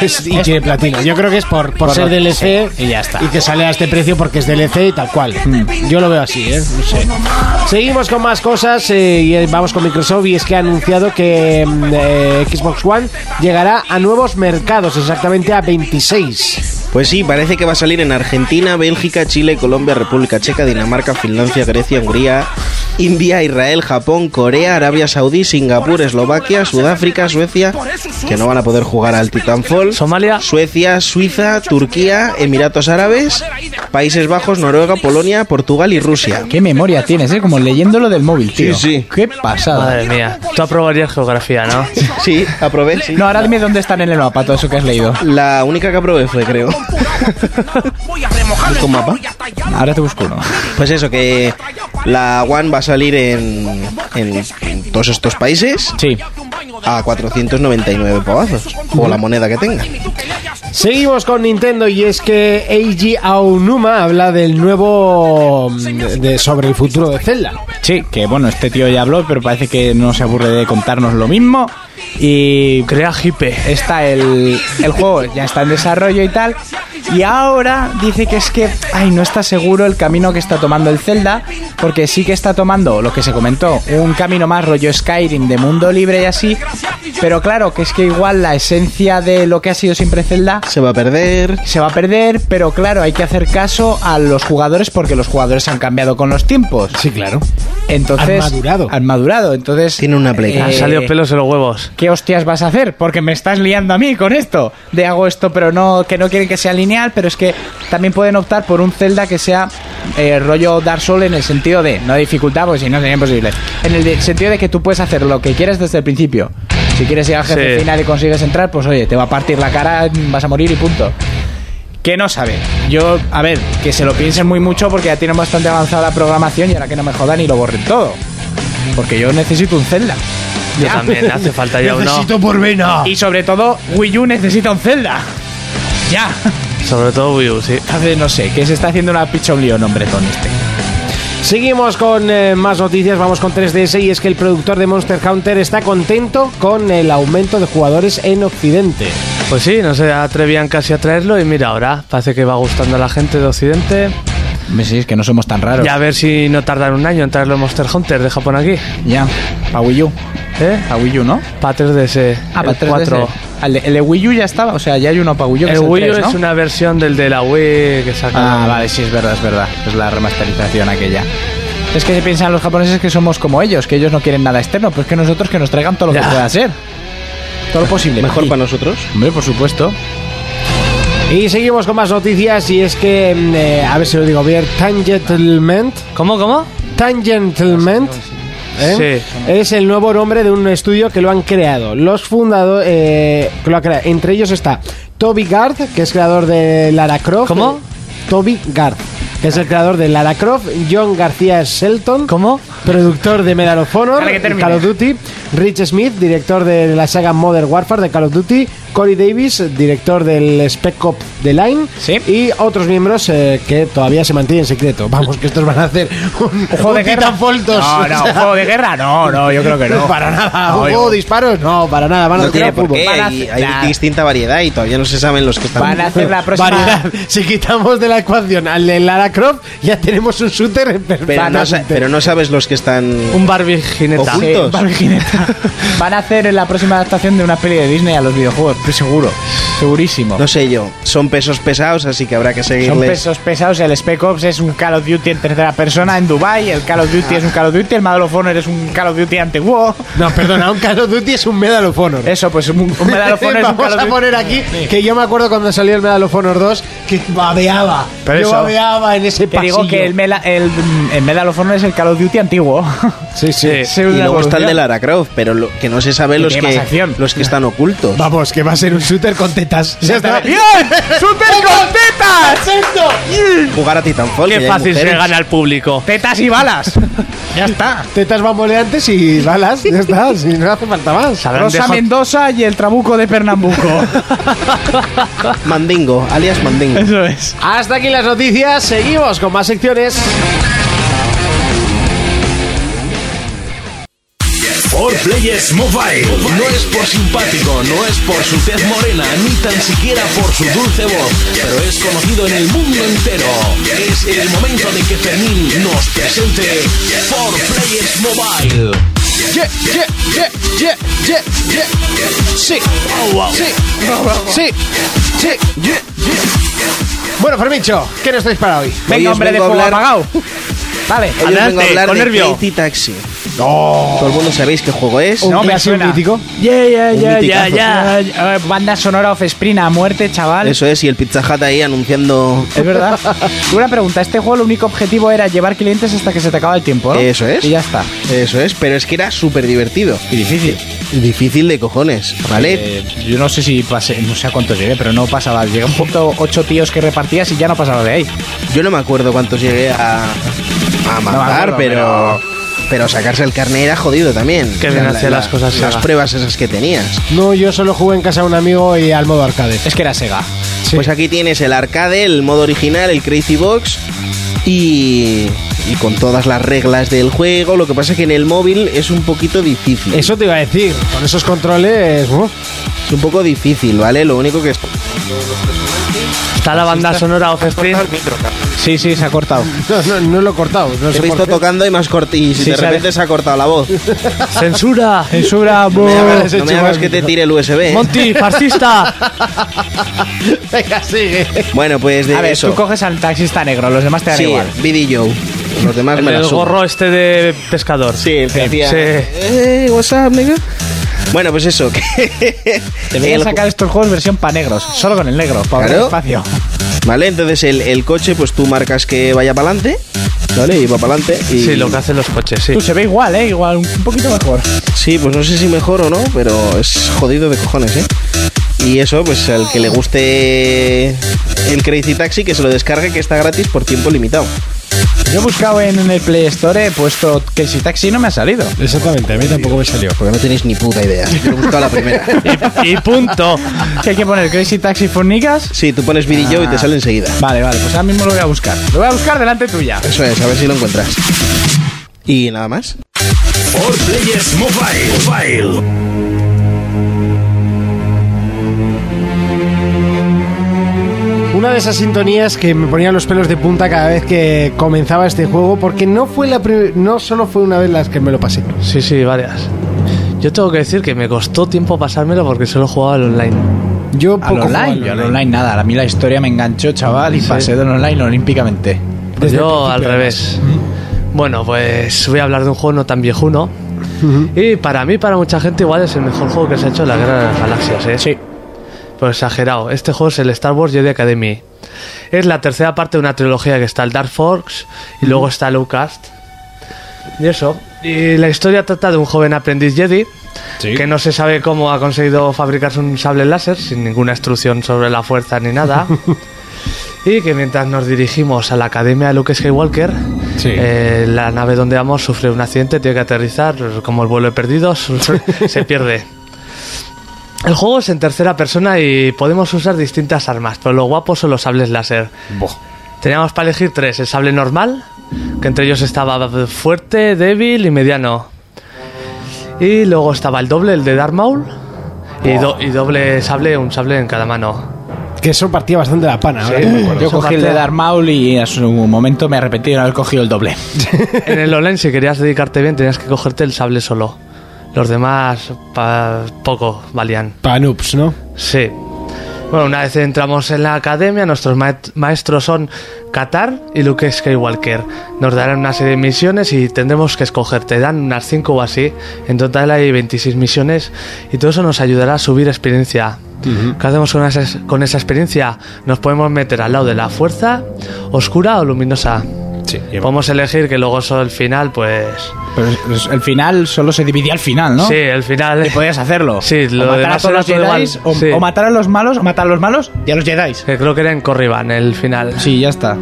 Speaker 1: Es- y tiene platino. Yo creo que es por, por, ser
Speaker 5: lo-
Speaker 1: DLC
Speaker 5: sí, y ya está. Mm.
Speaker 1: Y que sale a este precio porque es DLC y tal cual. Yo lo veo así, ¿eh? No sé. Seguimos con más cosas eh, y eh, vamos con Microsoft y es que ha anunciado que mm, eh, Xbox One llegará a nuevos mercados, exactamente a 26.
Speaker 6: Pues sí, parece que va a salir en Argentina, Bélgica, Chile, Colombia, República Checa, Dinamarca, Finlandia, Grecia, Hungría, India, Israel, Japón, Corea, Arabia Saudí, Singapur, Eslovaquia, Sudáfrica, Suecia, que no van a poder jugar al Titanfall,
Speaker 7: Somalia.
Speaker 6: Suecia, Suiza, Turquía, Emiratos Árabes, Países Bajos, Noruega, Polonia, Portugal y Rusia.
Speaker 5: Qué memoria tienes, ¿eh? Como leyéndolo del móvil, tío.
Speaker 6: Sí, sí.
Speaker 5: Qué pasada.
Speaker 7: Madre mía. Tú aprobarías geografía, ¿no?
Speaker 6: Sí, aprobé. sí.
Speaker 5: No, ahora dime dónde están en el mapa todo eso que has leído.
Speaker 6: La única que aprobé fue, creo. ¿Con mapa?
Speaker 5: Ahora te busco uno.
Speaker 6: Pues eso, que la One va a salir en, en- en todos estos países
Speaker 5: Sí.
Speaker 6: a 499 pavazos, o la moneda que tenga.
Speaker 1: Seguimos con Nintendo y es que Eiji Aonuma habla del nuevo mm, de, sobre el futuro de Zelda.
Speaker 5: Sí, que bueno, este tío ya habló, pero parece que no se aburre de contarnos lo mismo. Y
Speaker 7: Crea hipe.
Speaker 5: está el, el juego, ya está en desarrollo y tal. Y ahora dice que es que, ay, no está seguro el camino que está tomando el Zelda, porque sí que está tomando lo que se comentó, un camino más rollo Skyrim de mundo libre y así. Pero claro, que es que igual la esencia de lo que ha sido siempre Zelda
Speaker 6: Se va a perder.
Speaker 5: se va a perder, pero claro, hay que hacer caso a los jugadores porque los jugadores han cambiado con los tiempos.
Speaker 1: Sí, claro.
Speaker 5: Entonces,
Speaker 1: Han madurado.
Speaker 5: Han madurado, entonces.
Speaker 6: Tiene una Play.
Speaker 5: eh,
Speaker 7: Han salido pelos en los huevos.
Speaker 5: ¿Qué hostias vas a hacer? Porque me estás liando a mí con esto. De hago esto, pero no, que no quieren que sea lineal, pero es que también pueden optar por un Zelda que sea eh, rollo Dark Souls en el sentido de, no de dificultad, porque si no sería imposible. En el de- sentido de que tú puedes hacer lo que quieres desde el principio. Si quieres ir al jefe
Speaker 7: Sí.
Speaker 5: final y consigues entrar, pues oye, te va a partir la cara, vas a morir y punto. Que no sabe. Yo, a ver, que se lo piensen muy mucho porque ya tienen bastante avanzada la programación y ahora que no me jodan y lo borren todo. Porque yo necesito un Zelda.
Speaker 7: Yo también, hace falta ya uno.
Speaker 1: por vena.
Speaker 5: Y sobre todo, Wii U necesita un Zelda. Ya.
Speaker 7: Sobre todo Wii U, sí.
Speaker 5: Entonces, no sé, que se está haciendo una picha un lío nombre con este.
Speaker 1: Seguimos con eh, más noticias, vamos con 3DS y es que el productor de Monster Hunter está contento con el aumento de jugadores en Occidente.
Speaker 7: Pues sí, no se atrevían casi a traerlo y mira ahora, parece que va gustando a la gente de Occidente.
Speaker 5: Me sí, es que no somos tan raros.
Speaker 7: Y a ver si no tardan un año en traerlo Monster Hunter de Japón aquí.
Speaker 5: Ya. A Wii U.
Speaker 7: ¿Eh?
Speaker 5: A Wii U, ¿no?
Speaker 7: Para 3DS.
Speaker 5: Ah, para
Speaker 7: el 4.
Speaker 5: 4. El, de- el de Wii U ya estaba, o sea, ya hay uno para Wii U. que
Speaker 7: El
Speaker 5: es
Speaker 7: Wii U
Speaker 5: 3, ¿no?
Speaker 7: es una versión del de la Wii que sacaron.
Speaker 5: Ah, vale, sí, es verdad, es verdad. Es la remasterización aquella. Es que se piensan los japoneses que somos como ellos, que ellos no quieren nada externo, pues que nosotros que nos traigan todo lo que
Speaker 7: Ya.
Speaker 5: pueda ser. Todo lo posible.
Speaker 6: Mejor
Speaker 5: Y-
Speaker 6: para nosotros.
Speaker 5: Hombre, por supuesto.
Speaker 1: Y seguimos con más noticias y es que, mm, eh, a ver si lo digo bien, Tangentlement.
Speaker 7: ¿Cómo, cómo?
Speaker 1: Tangentlement. ¿eh? Es el nuevo nombre de un estudio que lo han creado. Los fundadores que lo ha creado. Entre ellos está Toby Gard, que es creador de Lara Croft.
Speaker 7: ¿Cómo?
Speaker 1: Toby Gard, que es el creador de Lara Croft, John García Shelton.
Speaker 7: ¿Cómo?
Speaker 1: Productor de Medal of Honor,
Speaker 5: Dale, que termine.
Speaker 1: Call of Duty, Rich Smith, director de la saga Modern Warfare de Call of Duty, Corey Davis, director del Spec Op The Line,
Speaker 5: Sí.
Speaker 1: y otros miembros eh, que todavía se mantienen en secreto. Vamos, que estos van a hacer un, un Titanfall 2.
Speaker 5: No, no,
Speaker 1: O
Speaker 5: un
Speaker 1: sea,
Speaker 5: juego de guerra, no, no, yo creo que no.
Speaker 1: Para nada,
Speaker 5: No,
Speaker 1: un
Speaker 5: yo-
Speaker 1: juego de disparos, no, para nada. Van a
Speaker 6: No
Speaker 1: hacer
Speaker 6: tiene
Speaker 1: un
Speaker 6: por
Speaker 1: fútbol.
Speaker 6: qué,
Speaker 5: Van a
Speaker 6: y
Speaker 5: hacer-
Speaker 6: hay
Speaker 5: nah.
Speaker 6: distinta variedad y todavía no se saben los que están.
Speaker 5: Van a hacer la próxima.
Speaker 1: Variedad. Si quitamos de la ecuación al de Lara Croft, ya tenemos un shooter en
Speaker 6: Pero,
Speaker 1: perfecto.
Speaker 6: no, sa- pero no sabes los que están.
Speaker 7: Un Barbie jineta. Eh,
Speaker 5: Sí,
Speaker 6: Juntos.
Speaker 5: Barbie Jineta. Van a hacer la próxima adaptación de una peli de Disney a los videojuegos, estoy seguro, segurísimo.
Speaker 6: No sé yo. Son pesos pesados, así que habrá que
Speaker 5: Son
Speaker 6: seguirles.
Speaker 5: pesos pesados, el Spec Ops es un Call of Duty en tercera persona en Dubai, el Call of Duty es un Call of Duty, el Medal of Honor es un Call of Duty antiguo.
Speaker 1: No, perdona, un Call of Duty es un Medal of Honor.
Speaker 5: Eso, pues un, un Medal of Honor es un
Speaker 1: Vamos
Speaker 5: Call of
Speaker 1: a
Speaker 5: Duty.
Speaker 1: poner aquí que yo me acuerdo cuando salió el Medal of Honor 2 que babeaba.
Speaker 5: Pero
Speaker 1: yo
Speaker 5: eso-
Speaker 1: babeaba en ese
Speaker 5: Te
Speaker 1: pasillo.
Speaker 5: digo que el, mela- el, mm, el Medal of Honor es el Call of Duty antiguo.
Speaker 1: Sí, sí.
Speaker 5: Sí,
Speaker 6: Y
Speaker 5: una
Speaker 6: luego está el de
Speaker 5: evolución.
Speaker 6: Lara Croft, pero lo, que no se sabe
Speaker 5: Que
Speaker 6: los
Speaker 5: tiene más
Speaker 6: que,
Speaker 5: acción.
Speaker 6: los que están ocultos.
Speaker 1: Vamos, que va a ser un shooter con tetas. Ya está.
Speaker 5: ¡Bien! ¡Super con tetas!
Speaker 6: Jugar a Titanfall.
Speaker 7: Qué
Speaker 6: que ya hay
Speaker 7: fácil se
Speaker 6: mujeres.
Speaker 7: gana al público.
Speaker 5: ¡Tetas y balas! ya está.
Speaker 1: Tetas bamboleantes y balas. Ya está, si no hace falta más.
Speaker 7: Sabrán
Speaker 5: Rosa
Speaker 7: dejado-
Speaker 5: Mendoza y el Trabuco de Pernambuco.
Speaker 6: Mandingo, alias Mandingo.
Speaker 5: Eso es.
Speaker 1: Hasta aquí las noticias. Seguimos con más secciones.
Speaker 2: For Players Mobile.
Speaker 10: No es por simpático, no es por su tez morena, ni tan siquiera por su dulce voz, pero es conocido en el mundo entero. Es el momento de que Fermín nos presente For Players Mobile.
Speaker 1: Yeah, yeah, yeah, yeah, yeah, yeah. Sí.
Speaker 10: Oh,
Speaker 1: Sí. Sí. Sí. Yeah, yeah. Bueno, Fermincho, ¿qué nos traes para hoy?
Speaker 6: Hoy
Speaker 5: Venga,
Speaker 6: os
Speaker 5: hombre de
Speaker 6: vengo a
Speaker 5: fuego
Speaker 6: hablar-
Speaker 5: apagado. Vale.
Speaker 6: Hoy os vengo a
Speaker 7: Adelante,
Speaker 6: hablar
Speaker 7: con
Speaker 6: de
Speaker 7: nervio.
Speaker 6: Katy Taxi. Todo el mundo sabéis qué juego es.
Speaker 5: No, me
Speaker 1: ha sido
Speaker 5: suena.
Speaker 1: mítico.
Speaker 5: Yeah, yeah,
Speaker 6: Un
Speaker 5: yeah, yeah,
Speaker 6: miticazo.
Speaker 5: yeah, yeah. Eh, Banda sonora off a muerte, chaval.
Speaker 6: Eso es, y el Pizza Hut ahí anunciando.
Speaker 5: Es verdad. Una pregunta, este juego el único objetivo era llevar clientes hasta que se te acaba el tiempo, ¿no?
Speaker 6: Eso es.
Speaker 5: Y ya está.
Speaker 6: Eso es, pero es que era súper divertido. Y difícil. Difícil de cojones, ¿vale?
Speaker 5: Eh, yo no sé si pasé, no sé a cuántos llegué, pero no pasaba. Llegué a un punto ocho tíos que repartías y ya no pasaba de ahí.
Speaker 6: Yo no me acuerdo cuántos llegué a, a matar,
Speaker 5: acuerdo,
Speaker 6: pero, pero sacarse el carnet era jodido también.
Speaker 7: Qué
Speaker 6: O sea,
Speaker 7: desgracia las cosas
Speaker 6: Las
Speaker 7: Sega.
Speaker 6: pruebas esas que tenías.
Speaker 1: No, yo solo jugué en casa de un amigo y al modo arcade.
Speaker 5: Es que era Sega.
Speaker 6: Pues aquí tienes el arcade, el modo original, el Crazy Box y, y con todas las reglas del juego. Lo que pasa es que en el móvil es un poquito difícil.
Speaker 1: Eso te iba a decir. Con esos controles. uf.
Speaker 6: Es un poco difícil, ¿vale? Lo único que es...
Speaker 7: Está la banda sonora off screen.
Speaker 5: Sí, sí, se ha cortado.
Speaker 1: No, no, no lo he cortado. No
Speaker 6: Te
Speaker 1: sé por
Speaker 6: he visto
Speaker 1: qué.
Speaker 6: tocando y, más corto, y si
Speaker 5: Sí,
Speaker 6: de
Speaker 5: sale.
Speaker 6: repente se ha cortado la voz.
Speaker 7: Censura.
Speaker 5: Censura,
Speaker 6: No me hagas,
Speaker 1: ese
Speaker 6: no me hagas
Speaker 1: chaval.
Speaker 6: que te tire el USB. ¿eh?
Speaker 7: Monty, fascista.
Speaker 1: Venga, sigue.
Speaker 6: Bueno, pues de
Speaker 5: A ver,
Speaker 6: eso.
Speaker 5: tú coges al taxista negro, los demás te dan
Speaker 6: sí,
Speaker 5: igual.
Speaker 6: BD Joe. Los demás
Speaker 7: El
Speaker 6: me la
Speaker 7: del
Speaker 6: sudan.
Speaker 7: gorro este de pescador.
Speaker 6: Sí, el que hacía,
Speaker 7: sí.
Speaker 6: "Eh, what's up, nigga?". Bueno, pues eso. Que
Speaker 5: Deberían
Speaker 6: el-
Speaker 5: sacar estos juegos versión pa' negros, solo con el negro, para
Speaker 6: Claro.
Speaker 5: espacio.
Speaker 6: Vale, entonces el, el coche, pues tú marcas que vaya para adelante. Vale, y va para adelante. Y...
Speaker 7: Sí, lo que hacen los coches, sí.
Speaker 5: Tú se ve igual, ¿eh? Igual, un poquito mejor.
Speaker 6: Sí, pues no sé si mejor o no, pero es jodido de cojones, ¿eh? Y eso, pues al que le guste el Crazy Taxi, que se lo descargue, que está gratis por tiempo limitado.
Speaker 5: Yo he buscado en el Play Store, he puesto Crazy Taxi y no me ha salido.
Speaker 1: Exactamente, a mí tampoco me salió.
Speaker 6: Porque no tenéis ni puta idea. Yo lo he buscado la primera.
Speaker 7: Y punto.
Speaker 5: ¿Qué hay que poner? ¿Crazy Taxi Fornicas?
Speaker 6: Sí, tú pones Billy Joe y te sale enseguida.
Speaker 5: Vale, vale, pues ahora mismo lo voy a buscar. Lo voy a buscar delante tuya.
Speaker 6: Eso es, a ver si lo encuentras. Y nada más.
Speaker 2: For Players Mobile. Mobile.
Speaker 1: Una de esas sintonías que me ponían los pelos de punta cada vez que comenzaba este juego, porque no fue la pri- no solo fue una vez las que me lo pasé.
Speaker 7: Sí, sí, varias. Yo tengo que decir que me costó tiempo pasármelo porque solo jugaba al online.
Speaker 1: Yo
Speaker 5: Al
Speaker 1: poco jugaba
Speaker 5: online, yo al online nada. A mí la historia me enganchó, chaval, y
Speaker 7: Sí.
Speaker 5: pasé del online olímpicamente.
Speaker 1: Desde el
Speaker 7: Pues Yo
Speaker 1: principio,
Speaker 7: al revés. Bueno, pues voy a hablar de un juego no tan viejuno. Y para mí, para mucha gente, igual es el mejor juego que se ha hecho en la Guerra de las Galaxias, ¿eh? Sí. Pero exagerado. Este juego es el Star Wars Jedi Academy. Es la tercera parte de una trilogía que está el Dark Force y luego está Lucas. Y eso. Y la historia trata de un joven aprendiz Jedi que no se sabe cómo ha conseguido fabricarse un sable láser sin ninguna instrucción sobre la fuerza ni nada. y que mientras nos dirigimos a la academia de Luke Skywalker, eh, la nave donde vamos sufre un accidente, tiene que aterrizar, como el vuelo he perdido, su- se pierde. El juego es en tercera persona y podemos usar distintas armas, pero lo guapo son los sables láser. Teníamos para elegir tres, el sable normal, que entre ellos estaba fuerte, débil y mediano. Y luego estaba el doble, el de Dark Maul, y, do- y doble sable, un sable en cada mano.
Speaker 1: Que eso partía bastante la pana. ahora que me acuerdo.
Speaker 5: Yo cogí el de Darth Maul y en su momento me arrepentí de no haber cogido el doble.
Speaker 7: En el online, si querías dedicarte bien, tenías que cogerte el sable solo. Los demás, pa- poco valían.
Speaker 1: Pa' noobs, ¿no?
Speaker 7: Sí. Bueno, una vez entramos en la academia, nuestros maet- maestros son Qatar y Luke Skywalker. Nos darán una serie de misiones y tendremos que escoger. Te dan unas 5 o así. En total hay 26 misiones y todo eso nos ayudará a subir experiencia. ¿Qué hacemos con esa, con esa experiencia? Nos podemos meter al lado de la fuerza, oscura o luminosa.
Speaker 1: Sí,
Speaker 7: Podemos elegir que luego eso el final, pues...
Speaker 5: Pero es- es- el final solo se dividía al final, ¿no?
Speaker 7: Sí, el final...
Speaker 5: Y podías hacerlo.
Speaker 7: Sí, lo
Speaker 5: o matar a
Speaker 7: demás
Speaker 5: todos
Speaker 7: era
Speaker 5: los
Speaker 7: todo igual.
Speaker 5: Jedi, o,
Speaker 7: Sí.
Speaker 5: o matar a los malos, o matar a los malos y a los Jedi.
Speaker 7: Que creo que era en Corriban el final.
Speaker 5: Sí, ya está.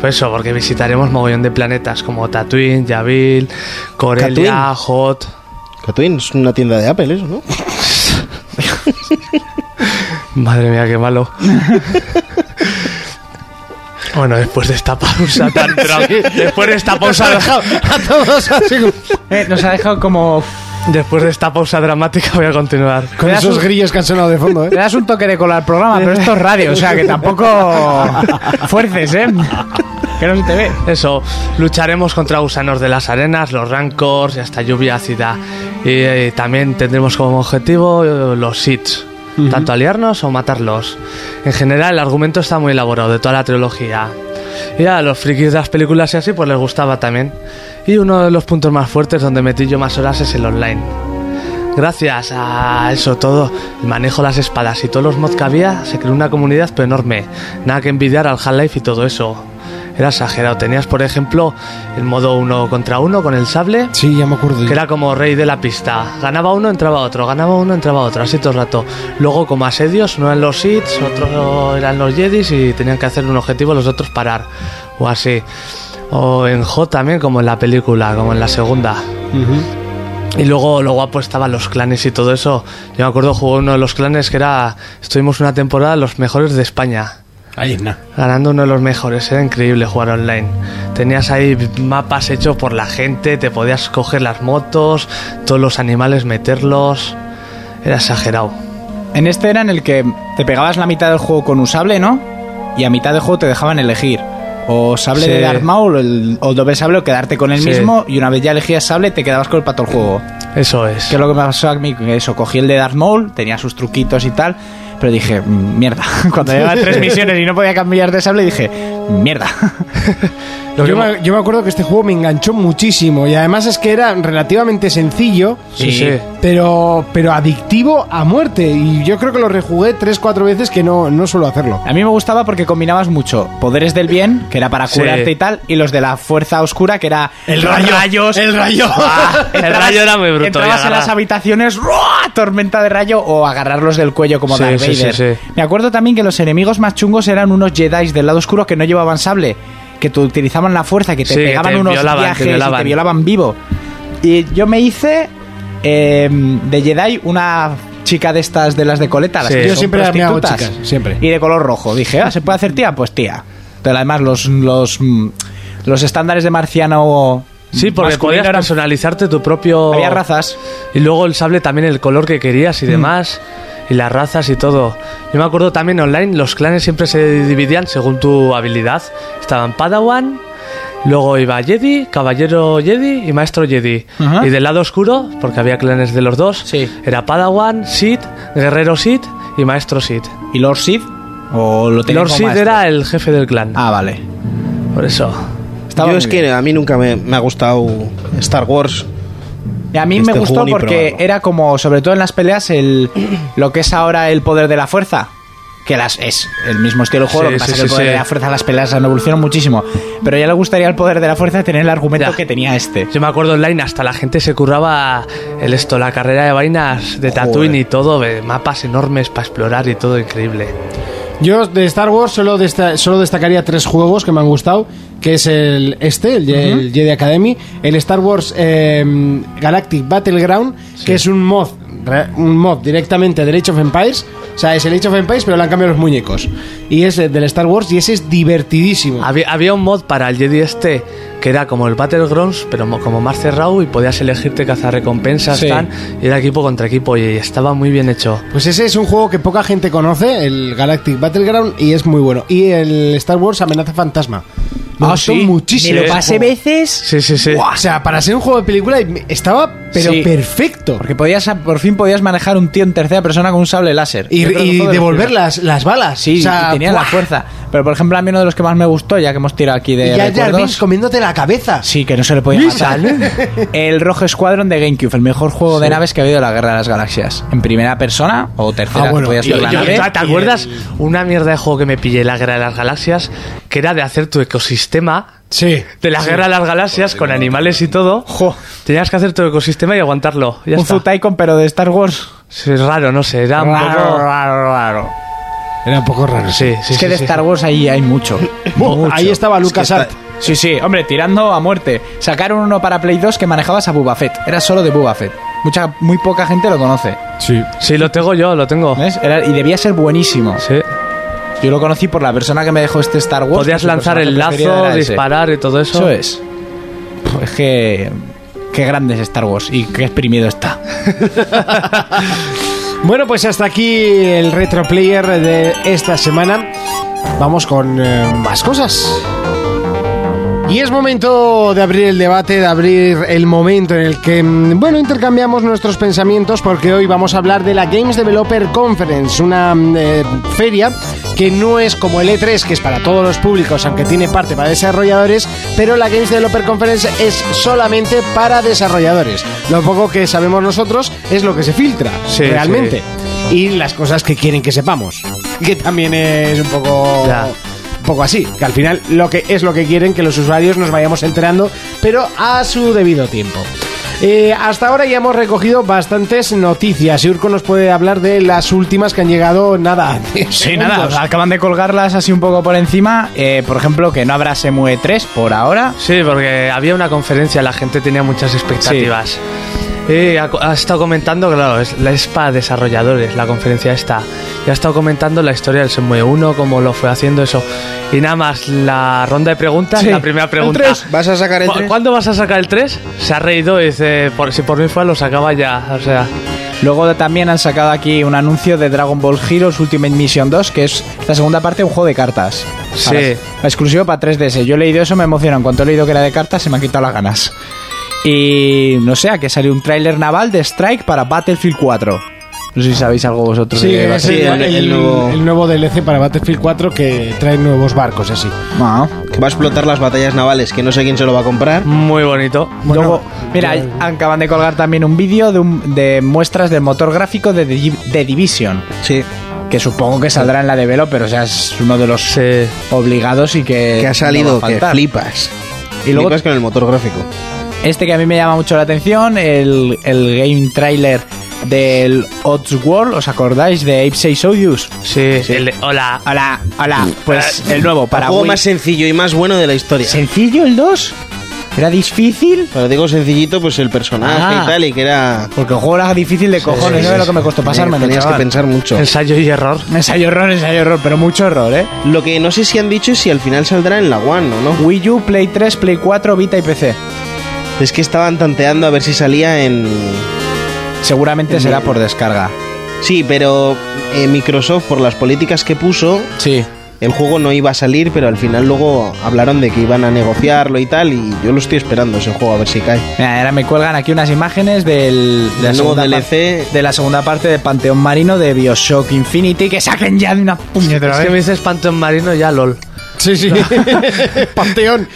Speaker 7: Pues eso, porque visitaremos mogollón de planetas como Tatooine, Yavil, Corelia,
Speaker 6: Tatooine.
Speaker 7: Hot.
Speaker 6: Catwin es una tienda de Apple, eso, ¿no?
Speaker 7: Madre mía, qué malo. bueno, después de esta pausa tan tra- después de esta pausa
Speaker 1: A todos así con-
Speaker 5: Eh, nos ha dejado como.
Speaker 7: después de esta pausa dramática voy a continuar.
Speaker 1: con esos grillos que han sonado de fondo,
Speaker 5: Le
Speaker 1: ¿eh?
Speaker 5: das un toque de cola al programa, pero esto es radio, o sea que tampoco fuerces, ¿eh? Que no se te ve.
Speaker 7: Eso, lucharemos contra gusanos de las arenas, los rancors y hasta lluvia ácida. Y, eh, también tendremos como objetivo eh, los Sith, tanto aliarnos o matarlos. En general, el argumento está muy elaborado de toda la trilogía. Y a los frikis de las películas y así, pues les gustaba también. Y uno de los puntos más fuertes donde metí yo más horas es el online. Gracias a eso todo, el manejo de las espadas y todos los mods que había, se creó una comunidad pero enorme. Nada que envidiar al Half-Life y todo eso. Era exagerado. Tenías, por ejemplo, el modo uno contra uno con el sable,
Speaker 1: Sí, ya me acuerdo.
Speaker 7: que era como rey de la pista. Ganaba uno, entraba otro, ganaba uno, entraba otro, así todo el rato. Luego, como asedios, uno eran los hits, otro eran los Jedis y tenían que hacer un objetivo, los otros parar, o así. O en J también, como en la película, como en la segunda. Y luego lo guapo estaban los clanes y todo eso. Yo me acuerdo jugué uno de los clanes que era. Estuvimos una temporada los mejores de España.
Speaker 1: Ahí, nada.
Speaker 7: Ganando uno de los mejores, era increíble jugar online. Tenías ahí mapas hechos por la gente, te podías coger las motos, todos los animales meterlos. Era exagerado.
Speaker 5: En este era en el que te pegabas la mitad del juego con un sable, ¿no? Y a mitad del juego te dejaban elegir. O sable
Speaker 7: Sí.
Speaker 5: de Darth Maul o, el, o doble sable o quedarte con el
Speaker 7: Sí.
Speaker 5: mismo. Y una vez ya elegías sable te quedabas con el pato el juego.
Speaker 7: Eso es.
Speaker 5: Que es lo que me pasó a mí, que eso, cogí el de Darth Maul, tenía sus truquitos y tal, pero dije, "Mm, mierda. Cuando llevaba tres misiones y no podía cambiar de sable, dije, "Mm, mierda.
Speaker 7: Lo
Speaker 1: Yo
Speaker 7: que-
Speaker 1: me, yo me acuerdo que este juego me enganchó muchísimo y además es que era relativamente sencillo,
Speaker 7: Sí, sí.
Speaker 1: pero, pero adictivo a muerte. Y yo creo que lo rejugué tres, cuatro veces que no, no suelo hacerlo.
Speaker 5: A mí me gustaba porque combinabas mucho poderes del bien, que era para
Speaker 7: Sí.
Speaker 5: curarte y tal, y los de la fuerza oscura, que era
Speaker 1: El
Speaker 5: los
Speaker 1: rayo,
Speaker 5: rayos.
Speaker 1: el rayo.
Speaker 5: Ah,
Speaker 7: El rayo era muy bruto,
Speaker 5: Entrabas
Speaker 7: ya,
Speaker 5: en las
Speaker 7: ahora.
Speaker 5: habitaciones, ¡ruah! tormenta de rayo, o agarrarlos del cuello como
Speaker 7: Sí,
Speaker 5: Darth
Speaker 7: sí,
Speaker 5: Vader.
Speaker 7: sí, sí.
Speaker 5: Me acuerdo también que los enemigos más chungos eran unos Jedi del lado oscuro que no llevaban sable, que te utilizaban la fuerza, que te
Speaker 7: Sí, que
Speaker 5: pegaban
Speaker 7: te
Speaker 5: unos
Speaker 7: violaban, te
Speaker 5: viajes y
Speaker 7: violaban.
Speaker 5: te violaban vivo. Y yo me hice eh, de Jedi una chica de estas de las de coleta, las
Speaker 7: Sí.
Speaker 5: que
Speaker 7: Yo
Speaker 5: son
Speaker 1: siempre me hago
Speaker 5: prostitutas.
Speaker 1: chicas, siempre.
Speaker 5: Y de color rojo. Dije, ah, ¿se puede hacer tía? Pues tía. Pero además los los, mm, los estándares de marciano
Speaker 7: Sí, porque
Speaker 5: masculino
Speaker 7: podías
Speaker 5: eran-
Speaker 7: personalizarte tu propio.
Speaker 5: había razas.
Speaker 7: Y luego el sable también, el color que querías
Speaker 5: Mm.
Speaker 7: y demás. Y las razas y todo. Yo me acuerdo también online, los clanes siempre se dividían según tu habilidad. Estaban Padawan, luego iba Jedi, Caballero Jedi y Maestro Jedi.
Speaker 5: Ajá.
Speaker 7: Y del lado oscuro, porque había clanes de los dos,
Speaker 5: Sí.
Speaker 7: era Padawan, Sith, Guerrero Sith y Maestro Sith.
Speaker 5: ¿Y Lord Sid? ¿O lo tenían
Speaker 7: Lord
Speaker 5: como
Speaker 7: Sith
Speaker 5: maestro?
Speaker 7: era el jefe del clan.
Speaker 5: Ah, vale.
Speaker 7: Por eso.
Speaker 5: Estaba
Speaker 6: Yo
Speaker 5: muy
Speaker 6: es que
Speaker 5: bien.
Speaker 6: a mí nunca me, me ha gustado Star Wars.
Speaker 5: Y a mí
Speaker 6: este
Speaker 5: me gustó
Speaker 6: juego ni
Speaker 5: porque
Speaker 6: probarlo.
Speaker 5: era como, sobre todo en las peleas, el lo que es ahora el poder de la fuerza. Que las, es el mismo estilo de juego,
Speaker 7: Sí,
Speaker 5: lo que pasa
Speaker 7: sí,
Speaker 5: es que el
Speaker 7: sí,
Speaker 5: poder
Speaker 7: sí.
Speaker 5: de la fuerza, las peleas han evolucionado muchísimo. Pero ya le gustaría el poder de la fuerza tener el argumento
Speaker 7: Ya.
Speaker 5: que tenía este.
Speaker 7: Yo me acuerdo online, hasta la gente se curraba el esto, la carrera de vainas de Tatooine y todo, de mapas enormes para explorar y todo, increíble.
Speaker 1: Yo de Star Wars solo, desta- solo destacaría tres juegos que me han gustado, que es el este, el, Ye- el Jedi Academy, el Star Wars eh, Galactic Battleground, em, que es un mod re- un mod directamente del Age of Empires. O sea, es el Age of Empires, pero le han cambiado los muñecos. Y es eh, del Star Wars y ese es divertidísimo.
Speaker 7: Había, había un mod para el Jedi este que era como el Battlegrounds, pero mo- como más cerrado y podías elegirte cazarrecompensas,
Speaker 1: Sí.
Speaker 7: tan, y era equipo contra equipo y estaba muy bien hecho.
Speaker 1: Pues ese es un juego que poca gente conoce, el Galactic Battleground, y es muy bueno. Y el Star Wars Amenaza Fantasma. Me
Speaker 7: Ah,
Speaker 1: gustó
Speaker 7: sí.
Speaker 1: muchísimo.
Speaker 7: Me lo
Speaker 1: ese
Speaker 7: pasé
Speaker 1: juego.
Speaker 5: veces.
Speaker 7: Sí, sí, sí.
Speaker 1: Buah, O sea, para ser un juego de película y- estaba pero
Speaker 5: Sí.
Speaker 1: perfecto.
Speaker 5: Porque podías, por fin podías manejar un tío en tercera persona con un sable láser.
Speaker 1: Y,
Speaker 5: Yo creo que
Speaker 1: y
Speaker 5: fue de los
Speaker 1: devolver
Speaker 5: primeros.
Speaker 1: las, las balas.
Speaker 5: Sí,
Speaker 1: o sea,
Speaker 5: y tenía la
Speaker 1: ¡buah!
Speaker 5: fuerza. Pero por ejemplo, a mí uno de los que más me gustó, ya que hemos tirado aquí de
Speaker 1: Y ya Jar
Speaker 5: recuerdos-
Speaker 1: Binks comiéndote la cabeza.
Speaker 5: Sí, que no se le podía matar. El Rojo Escuadrón de GameCube, el mejor juego de naves que ha habido en la Guerra de las Galaxias. En primera persona o tercera,
Speaker 1: Ah, bueno,
Speaker 5: que podías
Speaker 1: y-
Speaker 5: ver la
Speaker 1: y-
Speaker 7: Yo-
Speaker 5: nave.
Speaker 7: yo- ¿Te acuerdas? Una mierda de juego que me pillé en la Guerra de las Galaxias, que era de hacer tu ecosistema
Speaker 1: Sí.
Speaker 7: de la Guerra de las Galaxias con animales y todo.
Speaker 5: Jo.
Speaker 7: Tenías que hacer tu ecosistema y aguantarlo. Ya
Speaker 5: un
Speaker 7: está.
Speaker 5: Zutaicon, pero de Star Wars.
Speaker 7: Sí, Es raro, no sé. Era un poco-
Speaker 5: raro, raro.
Speaker 1: Era un poco raro.
Speaker 7: Sí, sí,
Speaker 5: es que
Speaker 7: sí,
Speaker 5: de
Speaker 7: sí. Oh,
Speaker 5: Star Wars ahí hay mucho.
Speaker 1: Buah, ahí estaba Lucas
Speaker 6: está-
Speaker 1: Art.
Speaker 5: Sí, sí, hombre, tirando a muerte. Sacaron uno para Play 2 que manejabas a Boba Fett. Era solo de Boba Fett. Mucha, muy poca gente lo conoce.
Speaker 1: Sí.
Speaker 7: Sí, lo tengo yo, lo tengo.
Speaker 5: ¿Ves? Era- y debía ser buenísimo.
Speaker 7: Sí.
Speaker 5: Yo lo conocí por la persona que me dejó este Star Wars.
Speaker 7: Podías
Speaker 5: que su
Speaker 7: lanzar el
Speaker 5: personaje preferido
Speaker 7: lazo,
Speaker 5: era ese.
Speaker 7: disparar y todo eso.
Speaker 5: Eso es. Pff, Es que. Qué grande es Star Wars y qué exprimido está.
Speaker 1: Bueno, pues hasta aquí el retro player de esta semana. Vamos con eh, más cosas. Y es momento de abrir el debate, de abrir el momento en el que, mm, bueno, intercambiamos nuestros pensamientos porque hoy vamos a hablar de la Games Developer Conference, una mm, eh, feria que no es como el E3, que es para todos los públicos, aunque tiene parte para desarrolladores, pero la Games Developer Conference es solamente para desarrolladores. Lo poco que sabemos nosotros es lo que se filtra,
Speaker 7: Sí,
Speaker 1: realmente. Y las cosas que quieren que sepamos, que también es un poco
Speaker 7: Ya.
Speaker 1: un poco así, que al final lo que es lo que quieren que los usuarios nos vayamos enterando, pero a su debido tiempo. Eh, hasta ahora ya hemos recogido bastantes noticias. y Urco nos puede hablar de las últimas que han llegado nada antes.
Speaker 5: Sí, nada, acaban de colgarlas así un poco por encima. Eh, por ejemplo, que no habrá SMUE 3 por ahora.
Speaker 7: Sí, porque había una conferencia, la gente tenía muchas expectativas. Y ha, ha estado comentando, claro, es la es para desarrolladores, la conferencia esta. Y ha estado comentando la historia del SMUE 1, cómo lo fue haciendo eso. Y nada más, la ronda de preguntas,
Speaker 5: Sí,
Speaker 7: la primera
Speaker 5: el
Speaker 7: pregunta.
Speaker 5: tres.
Speaker 6: ¿Vas a sacar el
Speaker 7: "¿Cu-
Speaker 6: tres?
Speaker 7: ¿Cuándo vas a sacar el 3? Se ha reído y dice, "Por- si por mí fuera lo sacaba ya, o sea...
Speaker 5: Luego también han sacado aquí un anuncio de Dragon Ball Heroes Ultimate Mission 2, que es la segunda parte de un juego de cartas.
Speaker 7: Sí.
Speaker 5: Ahora, exclusivo para 3DS. Yo he leído eso, me emociona. En cuanto he leído que era de cartas, se me han quitado las ganas. Y no sé, a que salió un tráiler naval de Strike para Battlefield 4. No sé si sabéis algo vosotros.
Speaker 1: Sí,
Speaker 5: de
Speaker 1: es el,
Speaker 5: Battlefield.
Speaker 6: el- el
Speaker 1: nuevo...
Speaker 6: nuevo-
Speaker 1: el nuevo DLC para Battlefield 4 que trae nuevos barcos así.
Speaker 5: Ah.
Speaker 6: Que va a explotar las batallas navales, que no sé quién se lo va a comprar.
Speaker 7: Muy bonito.
Speaker 5: Luego, mira, acaban de colgar también un vídeo de, un- de muestras del motor gráfico de, Di- de Division,
Speaker 6: Sí.
Speaker 5: que supongo que saldrá en la de Velo, pero o sea, es uno de los
Speaker 7: Sí.
Speaker 5: obligados y que...
Speaker 6: Que ha salido,
Speaker 5: Eh, no va a
Speaker 6: que
Speaker 5: faltar.
Speaker 6: flipas.
Speaker 5: Y luego
Speaker 6: flipas con el motor gráfico.
Speaker 5: este que a mí me llama mucho la atención, el, el game trailer del World, ¿os acordáis de Ape 6 Odious?
Speaker 7: Sí, el de- hola.
Speaker 5: Hola, hola, pues el nuevo para
Speaker 6: Ah, el juego
Speaker 5: Wii.
Speaker 6: más sencillo y más bueno de la historia.
Speaker 5: ¿Sencillo el 2? ¿Era difícil?
Speaker 6: Pero digo sencillito, pues el personaje
Speaker 5: Ah.
Speaker 6: y tal, y que era. eh,
Speaker 5: Porque el juego era difícil de cojones, ¿sabes lo que me costó pasarme?
Speaker 6: Tenías que pensar mucho.
Speaker 7: Ensayo y error.
Speaker 5: Ensayo error, ensayo error, pero mucho error, ¿eh?
Speaker 6: Lo que no sé si han dicho es si al final saldrá en la One o no.
Speaker 5: Wii U, Play 3, Play 4, Vita y PC.
Speaker 6: Es que estaban tanteando a ver si salía en.
Speaker 5: Seguramente será por descarga.
Speaker 6: Sí, pero eh, Microsoft, por las políticas que puso,
Speaker 5: Sí.
Speaker 6: el juego no iba a salir, pero al final luego hablaron de que iban a negociarlo y tal, y yo lo estoy esperando ese juego a ver si cae.
Speaker 5: Mira, ahora me cuelgan aquí unas imágenes del, de, la
Speaker 6: Del nuevo
Speaker 5: segunda
Speaker 6: DLC.
Speaker 5: par- de la segunda parte de Panteón Marino de Bioshock Infinity. Que saquen ya de una puñetera
Speaker 7: Es que me
Speaker 5: vez.
Speaker 7: dices Panteón Marino ya, lol.
Speaker 1: Sí, sí. Panteón.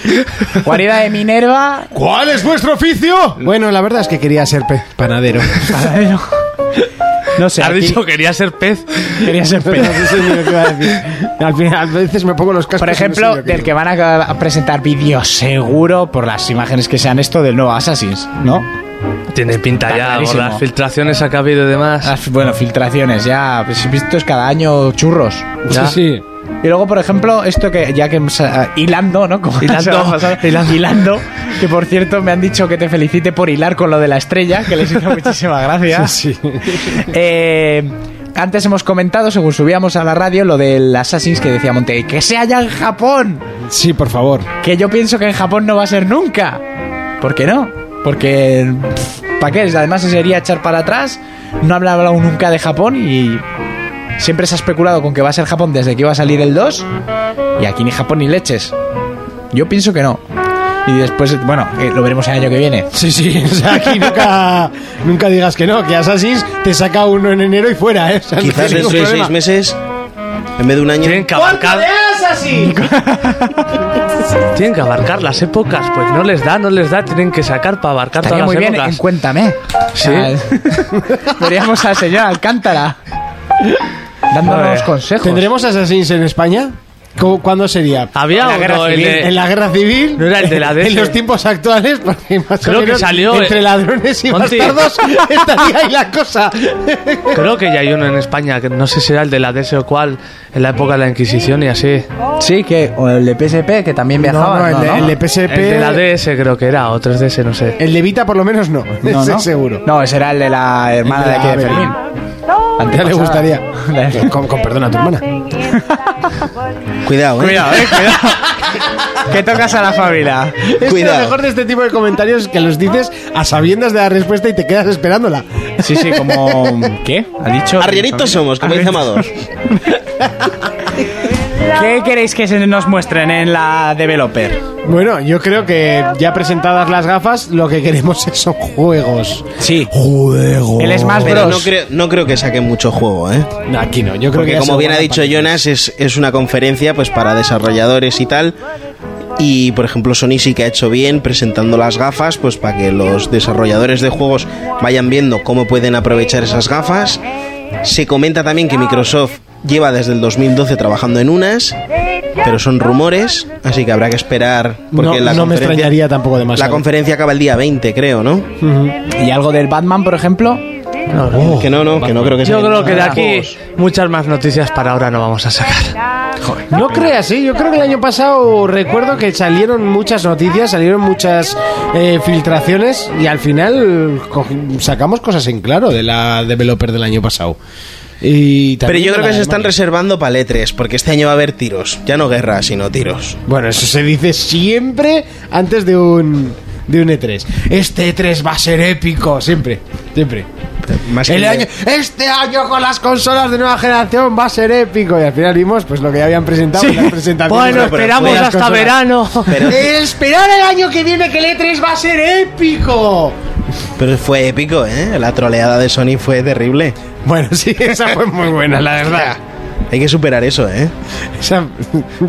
Speaker 5: Guarida de Minerva.
Speaker 1: ¿Cuál es vuestro oficio? Bueno, la verdad es que quería ser pe- panadero.
Speaker 5: Panadero. No sé.
Speaker 7: Has
Speaker 5: aquí
Speaker 7: dicho quería ser pez.
Speaker 5: quería ser
Speaker 1: Pero
Speaker 5: pe-
Speaker 1: no sé ni lo que iba a decir. Al final, a veces me pongo los cascos.
Speaker 5: Por
Speaker 1: y no sé
Speaker 5: ejemplo,
Speaker 1: lo
Speaker 5: del
Speaker 1: digo.
Speaker 5: que van a a presentar vídeo seguro por las imágenes que sean esto del nuevo Assassin's, ¿no?
Speaker 7: Tiene pinta
Speaker 5: Está
Speaker 7: ya, por
Speaker 5: clarísimo. Ah,
Speaker 7: las filtraciones ha cabido y demás.
Speaker 5: Las- bueno, filtraciones, ya. Pues, visto es cada año churros.
Speaker 7: Ya.
Speaker 1: Sí, sí.
Speaker 5: Y luego, por ejemplo, esto que ya que hemos, ah, hilando, ¿no? Como
Speaker 7: Hilando,
Speaker 5: se ha pasado,
Speaker 7: hilando.
Speaker 5: hilando, que por cierto me han dicho que te felicite por hilar con lo de la estrella, que les hizo muchísima gracia.
Speaker 1: Sí,
Speaker 5: Eh, antes hemos comentado, según subíamos a la radio, lo del Assassin's que decía Monte, que se halla en Japón.
Speaker 1: Sí, por favor.
Speaker 5: Que yo pienso que en Japón no va a ser nunca. ¿Por qué no? Porque. ¿Para qué? Además, se sería echar para atrás. No habla hablado nunca de Japón y. Siempre se ha especulado con que va a ser Japón desde que iba a salir el 2. Y aquí ni Japón ni leches. Yo pienso que no. Y después, bueno, eh, lo veremos el año que viene.
Speaker 1: Sí, sí, o sea, aquí nunca, nunca digas que no, que Assassin's te saca uno en enero y fuera, ¿eh? O sea, no
Speaker 6: Quizás
Speaker 1: hay ningún
Speaker 6: dentro de
Speaker 1: problema.
Speaker 6: seis meses, en vez de un año,
Speaker 7: Tienen que abarcar. Tienen que abarcar las épocas, pues no les da, no les da, tienen que sacar para abarcar
Speaker 5: Estaría
Speaker 7: todas
Speaker 5: muy
Speaker 7: las
Speaker 5: bien en
Speaker 7: épocas.
Speaker 5: Cuéntame.
Speaker 7: Sí.
Speaker 5: Veríamos al señor Alcántara dándonos
Speaker 7: Joder.
Speaker 5: consejos.
Speaker 1: ¿Tendremos Assassin's en España? ¿Cu- ¿Cuándo sería?
Speaker 7: Había
Speaker 1: en la guerra
Speaker 7: uno, el
Speaker 1: civil.
Speaker 7: de-
Speaker 1: En la guerra civil.
Speaker 7: No era el de la DS.
Speaker 1: En los tiempos actuales, porque más
Speaker 7: Creo
Speaker 1: o
Speaker 7: que
Speaker 1: menos
Speaker 7: salió, eh,
Speaker 1: entre ladrones y
Speaker 7: Monty.
Speaker 1: bastardos estaría ahí la cosa.
Speaker 7: Creo que ya hay uno en España, que no sé si era el de la DS o cuál, en la época de la Inquisición y así.
Speaker 5: Sí, que o el de PSP que también viajaba.
Speaker 1: no, el, de- el de PSP.
Speaker 7: El de la DS creo que era, o 3DS, no sé.
Speaker 1: el de Vita, por lo menos, no.
Speaker 5: No,
Speaker 1: Ese
Speaker 5: no.
Speaker 1: seguro.
Speaker 5: No, ese era el de la
Speaker 1: El
Speaker 5: hermana de
Speaker 1: de
Speaker 5: aquí de
Speaker 1: la
Speaker 5: Fermín.
Speaker 1: Ya
Speaker 5: Antepasada.
Speaker 1: le gustaría.
Speaker 5: La-
Speaker 1: con, con perdón a tu hermana.
Speaker 6: cuidado, ¿eh?
Speaker 5: Cuidado, eh, cuidado. que tocas a la familia.
Speaker 1: Es que lo
Speaker 6: Cuidado.
Speaker 1: mejor de este tipo de comentarios es que los dices a sabiendas de la respuesta y te quedas esperándola.
Speaker 5: Sí, sí, como. ¿Qué? ¿Ha dicho?
Speaker 6: Arrieritos somos, como dice Amador.
Speaker 5: ¿Qué queréis que se nos muestren en la developer?
Speaker 1: Bueno, yo creo que ya presentadas las gafas, lo que queremos son juegos.
Speaker 5: Sí.
Speaker 1: Juegos.
Speaker 5: El Smash
Speaker 6: Pero no
Speaker 5: Bros.
Speaker 6: creo, no creo que saquen mucho juego, ¿eh?
Speaker 1: No, aquí no, yo creo que
Speaker 6: Porque
Speaker 1: ya
Speaker 6: como
Speaker 1: se
Speaker 6: bien ha
Speaker 1: guarda
Speaker 6: dicho
Speaker 1: para-
Speaker 6: Jonas, es, es una conferencia pues para desarrolladores y tal. Y por ejemplo Sony sí que ha hecho bien presentando las gafas, pues para que los desarrolladores de juegos vayan viendo cómo pueden aprovechar esas gafas. Se comenta también que Microsoft lleva desde el 2012 trabajando en unas, pero son rumores, así que habrá que esperar. Porque
Speaker 1: No-
Speaker 6: la
Speaker 1: no me
Speaker 6: conferencia-
Speaker 1: extrañaría tampoco demasiado.
Speaker 6: La conferencia acaba el día 20, creo, ¿no?
Speaker 5: ¿Y algo del Batman, por ejemplo?
Speaker 1: Oh,
Speaker 6: que no, no, que no creo que
Speaker 7: Yo
Speaker 6: saquen
Speaker 7: creo que de
Speaker 6: nada.
Speaker 7: aquí muchas más noticias para ahora no vamos a sacar.
Speaker 1: No creas, ¿eh? yo creo que el año pasado recuerdo que salieron muchas noticias, salieron muchas eh, filtraciones y al final cogi- sacamos cosas en claro de la developer del año pasado. Y
Speaker 6: Pero
Speaker 1: también
Speaker 6: yo
Speaker 1: de
Speaker 6: creo
Speaker 1: la
Speaker 6: que se
Speaker 1: de
Speaker 6: están
Speaker 1: Mario.
Speaker 6: reservando para E3, porque este año va a haber tiros. Ya no guerra, sino tiros.
Speaker 1: Bueno, eso se dice siempre antes de un de un E3. Este E3 va a ser épico, siempre, siempre.
Speaker 6: Más
Speaker 1: El
Speaker 6: que-
Speaker 1: año- este año con las consolas de nueva generación va a ser épico. Y al final vimos pues lo que ya habían presentado en las presentaciones.
Speaker 7: Bueno,
Speaker 1: de las
Speaker 7: esperamos
Speaker 1: consolas.
Speaker 7: hasta verano.
Speaker 6: Pero,
Speaker 1: Esperar el año que viene que el E3 va a ser épico.
Speaker 6: pero fue épico, ¿eh? La troleada de Sony fue terrible.
Speaker 1: Bueno, sí, esa fue muy buena, la verdad.
Speaker 6: Hay que superar eso, ¿eh?
Speaker 1: Esa-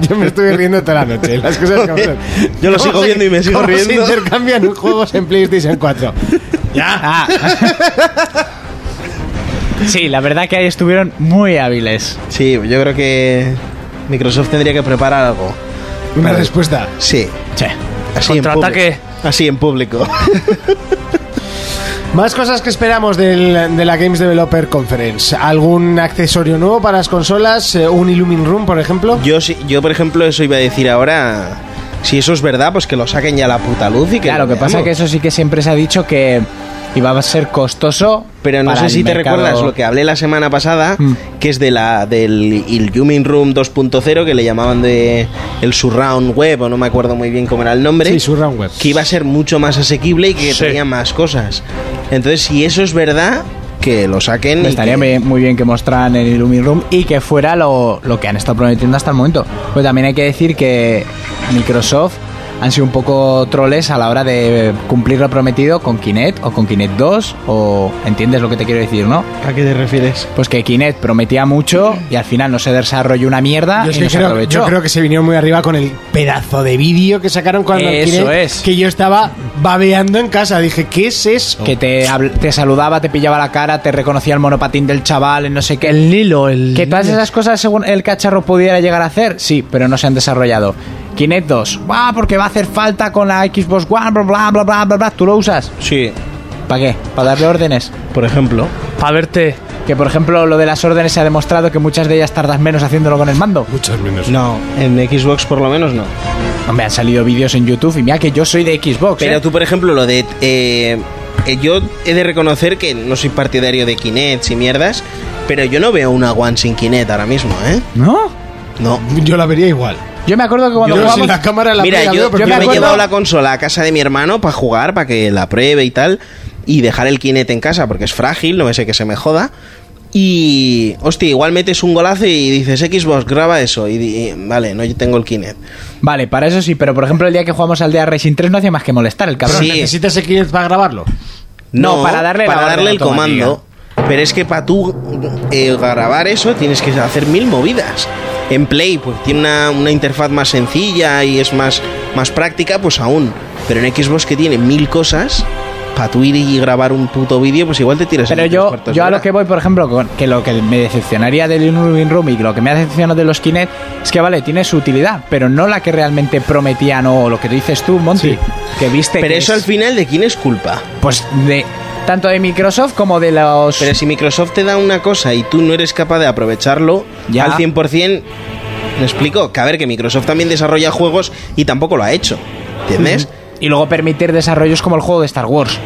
Speaker 1: yo me estuve riendo toda la noche. Las cosas como son.
Speaker 6: Yo lo
Speaker 1: ¿Cómo
Speaker 6: sigo
Speaker 1: se-
Speaker 6: viendo y me sigo
Speaker 1: cómo se
Speaker 6: riendo?
Speaker 1: intercambian juegos en PlayStation 4.
Speaker 5: Ya. Ah. Sí, la verdad que ahí estuvieron muy hábiles.
Speaker 6: Sí, yo creo que Microsoft tendría que preparar algo.
Speaker 1: Una respuesta.
Speaker 6: Sí. Así en
Speaker 7: Contraataque.
Speaker 6: público. Así en público.
Speaker 1: Más cosas que esperamos del- de la Games Developer Conference. ¿Algún accesorio nuevo para las consolas? Eh, ¿Un Illumin Room, por ejemplo?
Speaker 6: Yo, sí- yo, por ejemplo, eso iba a decir ahora. Si eso es verdad, pues que lo saquen ya a la puta luz y que.
Speaker 5: Claro,
Speaker 6: lo
Speaker 5: lo que pasa
Speaker 6: veamos.
Speaker 5: que eso sí que siempre se ha dicho que iba a ser costoso.
Speaker 6: Pero no
Speaker 5: para
Speaker 6: sé
Speaker 5: el
Speaker 6: si te
Speaker 5: mercado.
Speaker 6: recuerdas lo que hablé la semana pasada,
Speaker 5: Mm.
Speaker 6: que es de la del Illumin Room 2.0, que le llamaban de el Surround Web, o no me acuerdo muy bien cómo era el nombre.
Speaker 1: Sí, Surround Web.
Speaker 6: que iba a ser mucho más asequible y que tenía más cosas. Entonces, si eso es verdad, que lo saquen. y
Speaker 5: Estaría
Speaker 6: que-
Speaker 5: bien- muy bien que mostraran el Illumi Room y que fuera lo, lo que han estado prometiendo hasta el momento. Pero también hay que decir que Microsoft han sido un poco troles a la hora de cumplir lo prometido con Kinect o con Kinect 2 o entiendes lo que te quiero decir, ¿no?
Speaker 6: ¿A qué te refieres?
Speaker 5: Pues que Kinect prometía mucho y al final no se desarrolló una mierda
Speaker 1: Yo, es
Speaker 5: Ah, y
Speaker 1: que
Speaker 5: no se
Speaker 1: creo,
Speaker 5: aprovechó.
Speaker 1: yo creo que se vinieron muy arriba con el pedazo de vídeo que sacaron cuando
Speaker 5: Eso
Speaker 1: alquilé,
Speaker 5: es.
Speaker 1: que yo estaba babeando en casa. Dije, ¿qué es eso?
Speaker 5: que te, habl- te saludaba, te pillaba la cara, te reconocía el monopatín del chaval, el no sé qué.
Speaker 7: El Nilo, el.
Speaker 5: Que todas esas cosas según el cacharro pudiera llegar a hacer, sí, pero no se han desarrollado. Kinect 2, ¡buah! Porque va a hacer falta con la Xbox One, bla bla bla bla bla. bla. ¿Tú lo usas?
Speaker 6: Sí,
Speaker 5: ¿Para qué? ¿Para darle órdenes?
Speaker 6: por ejemplo.
Speaker 7: Para verte.
Speaker 5: Que por ejemplo lo de las órdenes se ha demostrado que muchas de ellas tardas menos haciéndolo con el mando. Muchas menos.
Speaker 6: No, en Xbox por lo menos no.
Speaker 5: Hombre, han salido vídeos en YouTube y mira que yo soy de Xbox.
Speaker 6: Pero
Speaker 5: ¿eh?
Speaker 6: tú, por ejemplo, lo de... eh, eh, yo he de reconocer que no soy partidario de Kinect y mierdas, pero yo no veo una One sin Kinect ahora mismo, ¿eh?
Speaker 5: ¿No?
Speaker 6: No.
Speaker 1: Yo la vería igual.
Speaker 5: Yo me acuerdo que cuando
Speaker 1: Yo
Speaker 5: jugamos-
Speaker 1: sin la cámara la
Speaker 6: Mira,
Speaker 1: pega,
Speaker 6: yo,
Speaker 1: veo, pero
Speaker 6: yo me, he
Speaker 1: acuerdo-
Speaker 6: llevado la consola a casa de mi hermano para jugar, para que la pruebe y tal, y dejar el Kinect en casa porque es frágil, no me sé que se me joda. Y, hostia, igual metes un golazo y dices, Xbox, graba eso. Y, di- vale, no yo tengo el Kinect.
Speaker 5: Vale, para eso sí, pero por ejemplo el día que jugamos al Dead Racing 3 no hacía más que molestar el cabrón.
Speaker 6: Sí.
Speaker 1: ¿Necesitas el Kinect para grabarlo?
Speaker 5: No, para darle la
Speaker 6: para
Speaker 5: orden
Speaker 6: darle el
Speaker 5: automática.
Speaker 6: comando. Pero es que para tú eh, grabar eso tienes que hacer mil movidas. En Play, pues tiene una, una interfaz más sencilla y es más, más práctica, pues aún. Pero en Xbox que tiene mil cosas, para tú ir y grabar un puto vídeo, pues igual te tiras
Speaker 5: Pero
Speaker 6: ahí tres
Speaker 5: yo,
Speaker 6: cuartos
Speaker 5: yo
Speaker 6: de
Speaker 5: a lo
Speaker 6: hora.
Speaker 5: que voy, por ejemplo, con- que lo que me decepcionaría del Unruin Room y lo que me ha decepcionado de los Kinect es que, vale, tiene su utilidad, pero no la que realmente prometían o lo que dices tú, Monty, que viste
Speaker 6: Pero
Speaker 5: que
Speaker 6: eso
Speaker 5: es,
Speaker 6: al final, ¿de quién es culpa?
Speaker 5: Pues de tanto de Microsoft como de los...
Speaker 6: Pero si Microsoft te da una cosa y tú no eres capaz de aprovecharlo
Speaker 5: Ya.
Speaker 6: al 100%, ¿me explico? Que a ver, que Microsoft también desarrolla juegos y tampoco lo ha hecho. ¿Entiendes?
Speaker 5: Y luego permitir desarrollos como el juego de Star Wars.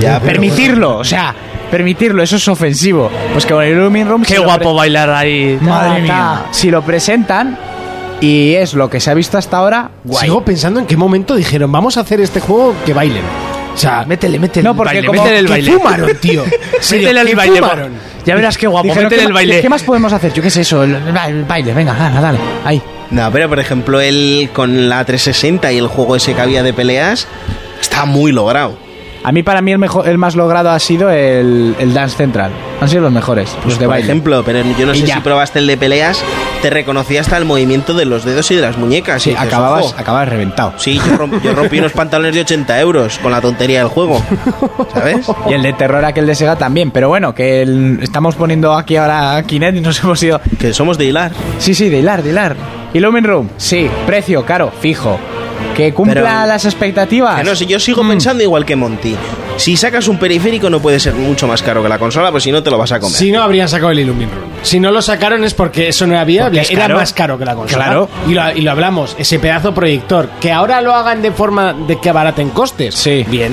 Speaker 6: Ya, pero
Speaker 5: permitirlo, o sea, permitirlo, eso es ofensivo. Pues que con el Unruin Room...
Speaker 7: Qué
Speaker 5: se lo
Speaker 7: guapo
Speaker 5: pre-
Speaker 7: bailar ahí.
Speaker 5: Madre mía. Si lo presentan y es lo que se ha visto hasta ahora, guay.
Speaker 1: Sigo pensando en qué momento dijeron, vamos a hacer este juego que bailen. O sea,
Speaker 7: Métele, métele.
Speaker 5: No,
Speaker 7: el
Speaker 5: porque
Speaker 7: baile,
Speaker 5: como-
Speaker 7: métele el
Speaker 1: ¿qué
Speaker 7: baile.
Speaker 1: fumaron, tío? Serio,
Speaker 7: Métele
Speaker 1: ¿qué
Speaker 7: el baile.
Speaker 1: fumaron?
Speaker 7: guapo. Ya verás qué guapo.
Speaker 5: Dijeron,
Speaker 7: métele
Speaker 5: ¿qué
Speaker 7: el
Speaker 5: ma-
Speaker 7: baile.
Speaker 5: ¿Qué más podemos hacer? Yo qué sé, eso, el, el baile, venga, gana, dale. Ahí.
Speaker 6: No, pero por ejemplo, él con la 360 y el juego ese que había de peleas, está muy logrado.
Speaker 5: A mí, para mí, el, mejor, el más logrado ha sido el, el Dance Central. Han sido los mejores, los de
Speaker 6: Pues, por
Speaker 5: baile.
Speaker 6: ejemplo, pero yo no
Speaker 5: Y
Speaker 6: sé
Speaker 5: ya.
Speaker 6: si probaste el de peleas, te reconocía hasta el movimiento de los dedos y de las muñecas.
Speaker 5: Sí,
Speaker 6: Y dices,
Speaker 5: acababas,
Speaker 6: "Ojo".
Speaker 5: acababas reventado.
Speaker 6: Sí, yo, romp- yo rompí unos pantalones de 80 euros con la tontería del juego. ¿Sabes?
Speaker 5: Y el de terror, aquel de Sega también. Pero bueno, que el- estamos poniendo aquí ahora a Kinect y nos hemos ido.
Speaker 6: Que somos de hilar.
Speaker 5: Sí, sí, de hilar, de hilar. Illumin Room, sí, precio, caro, fijo. Que cumpla
Speaker 6: Pero-
Speaker 5: las expectativas.
Speaker 6: Que no, si yo
Speaker 5: Mm.
Speaker 6: sigo pensando igual que Monty. Si sacas un periférico no puede ser mucho más caro que la consola, pues si no te lo vas a comer.
Speaker 1: Si no habrían sacado el Illumin Run. Si no lo sacaron es porque eso no era viable,
Speaker 5: Porque es
Speaker 1: era
Speaker 5: caro.
Speaker 1: más caro que la consola.
Speaker 5: Claro.
Speaker 1: Y lo, y lo hablamos, ese pedazo proyector. Que ahora lo hagan de forma de que abaraten costes.
Speaker 5: Sí.
Speaker 1: Bien.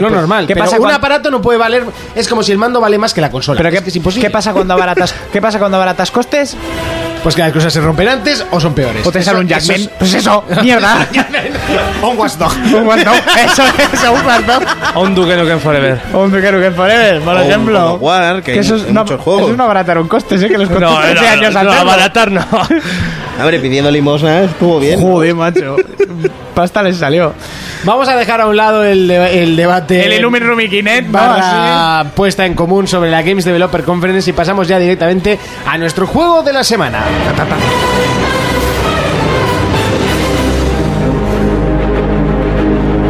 Speaker 1: Vale, no
Speaker 5: pues,
Speaker 1: normal.
Speaker 5: ¿qué
Speaker 1: pero
Speaker 5: pasa
Speaker 1: un
Speaker 5: cuan-
Speaker 1: aparato no puede valer. Es como si el mando vale más que la consola.
Speaker 5: Pero
Speaker 1: Es
Speaker 5: ¿qué,
Speaker 1: que es imposible.
Speaker 5: ¿qué pasa cuando abaratas, ¿qué pasa cuando abaratas costes?
Speaker 1: Pues que las cosas se rompen antes o son peores.
Speaker 5: O te sale
Speaker 1: Eso-
Speaker 5: un Jackman.
Speaker 1: eso es-
Speaker 5: Pues eso, mierda.
Speaker 1: Un Watchdog.
Speaker 5: un guantón. Eso es, un guantón.
Speaker 7: A un Duque Nukem Forever.
Speaker 5: Un Duke Nukem Forever, por
Speaker 6: O un
Speaker 5: ejemplo.
Speaker 6: God of War, que hay
Speaker 5: eso es
Speaker 6: en
Speaker 5: no,
Speaker 6: muchos juegos.
Speaker 5: Eso no abarataron costes, ¿eh? Que los
Speaker 7: No,
Speaker 5: costes
Speaker 7: no,
Speaker 5: hace años
Speaker 7: no, no,
Speaker 5: atrás,
Speaker 7: abaratar no.
Speaker 6: Hombre, pidiendo limosna estuvo bien.
Speaker 5: Joder, macho. Pasta les salió.
Speaker 1: Vamos a dejar a un lado el, de- el debate.
Speaker 5: El Illumin Rumikinet, barra.
Speaker 1: barra puesta en común sobre la Games Developer Conference y pasamos ya directamente a nuestro juego de la semana. Ta, ta, ta.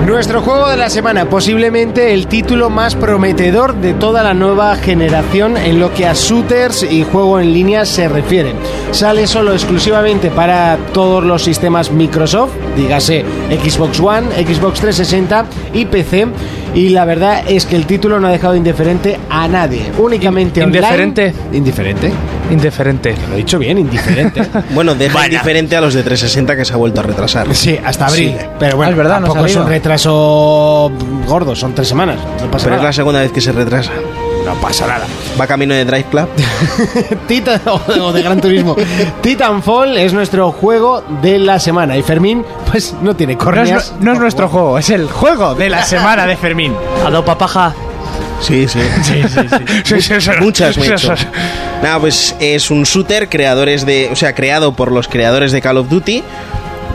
Speaker 1: Nuestro juego de la semana, posiblemente el título más prometedor de toda la nueva generación en lo que a shooters y juego en línea se refieren. Sale solo exclusivamente para todos los sistemas Microsoft, dígase Xbox One, Xbox 360 y PC. Y la verdad es que el título no ha dejado indiferente a nadie. Únicamente online-
Speaker 7: indiferente.
Speaker 1: Indiferente.
Speaker 7: Indiferente.
Speaker 1: Lo he dicho bien, indiferente.
Speaker 6: Bueno, deja indiferente a los de 360 que se ha vuelto a retrasar.
Speaker 1: sí, hasta abril.
Speaker 6: Sí.
Speaker 1: Pero bueno,
Speaker 5: Ah, es verdad, no
Speaker 1: tampoco
Speaker 5: ha
Speaker 1: es un
Speaker 5: salido.
Speaker 1: retraso gordo, son tres semanas. No pasa
Speaker 6: Pero es
Speaker 1: nada.
Speaker 6: la segunda vez que se retrasa.
Speaker 1: No pasa nada.
Speaker 6: Va camino de Drive Club.
Speaker 1: Titan, o de Gran Turismo. Titanfall es nuestro juego de la semana. Y Fermín, pues no tiene
Speaker 5: No es,
Speaker 1: correas.
Speaker 5: nu- no es nuestro juego, es el juego de la semana de Fermín.
Speaker 7: A do papaja.
Speaker 6: Sí, sí.
Speaker 5: Sí, sí, sí.
Speaker 6: Muchas me he
Speaker 5: Sí,
Speaker 6: hecho.
Speaker 5: sí, sí.
Speaker 6: Nada, pues es un shooter creadores de, o sea, creado por los creadores de Call of Duty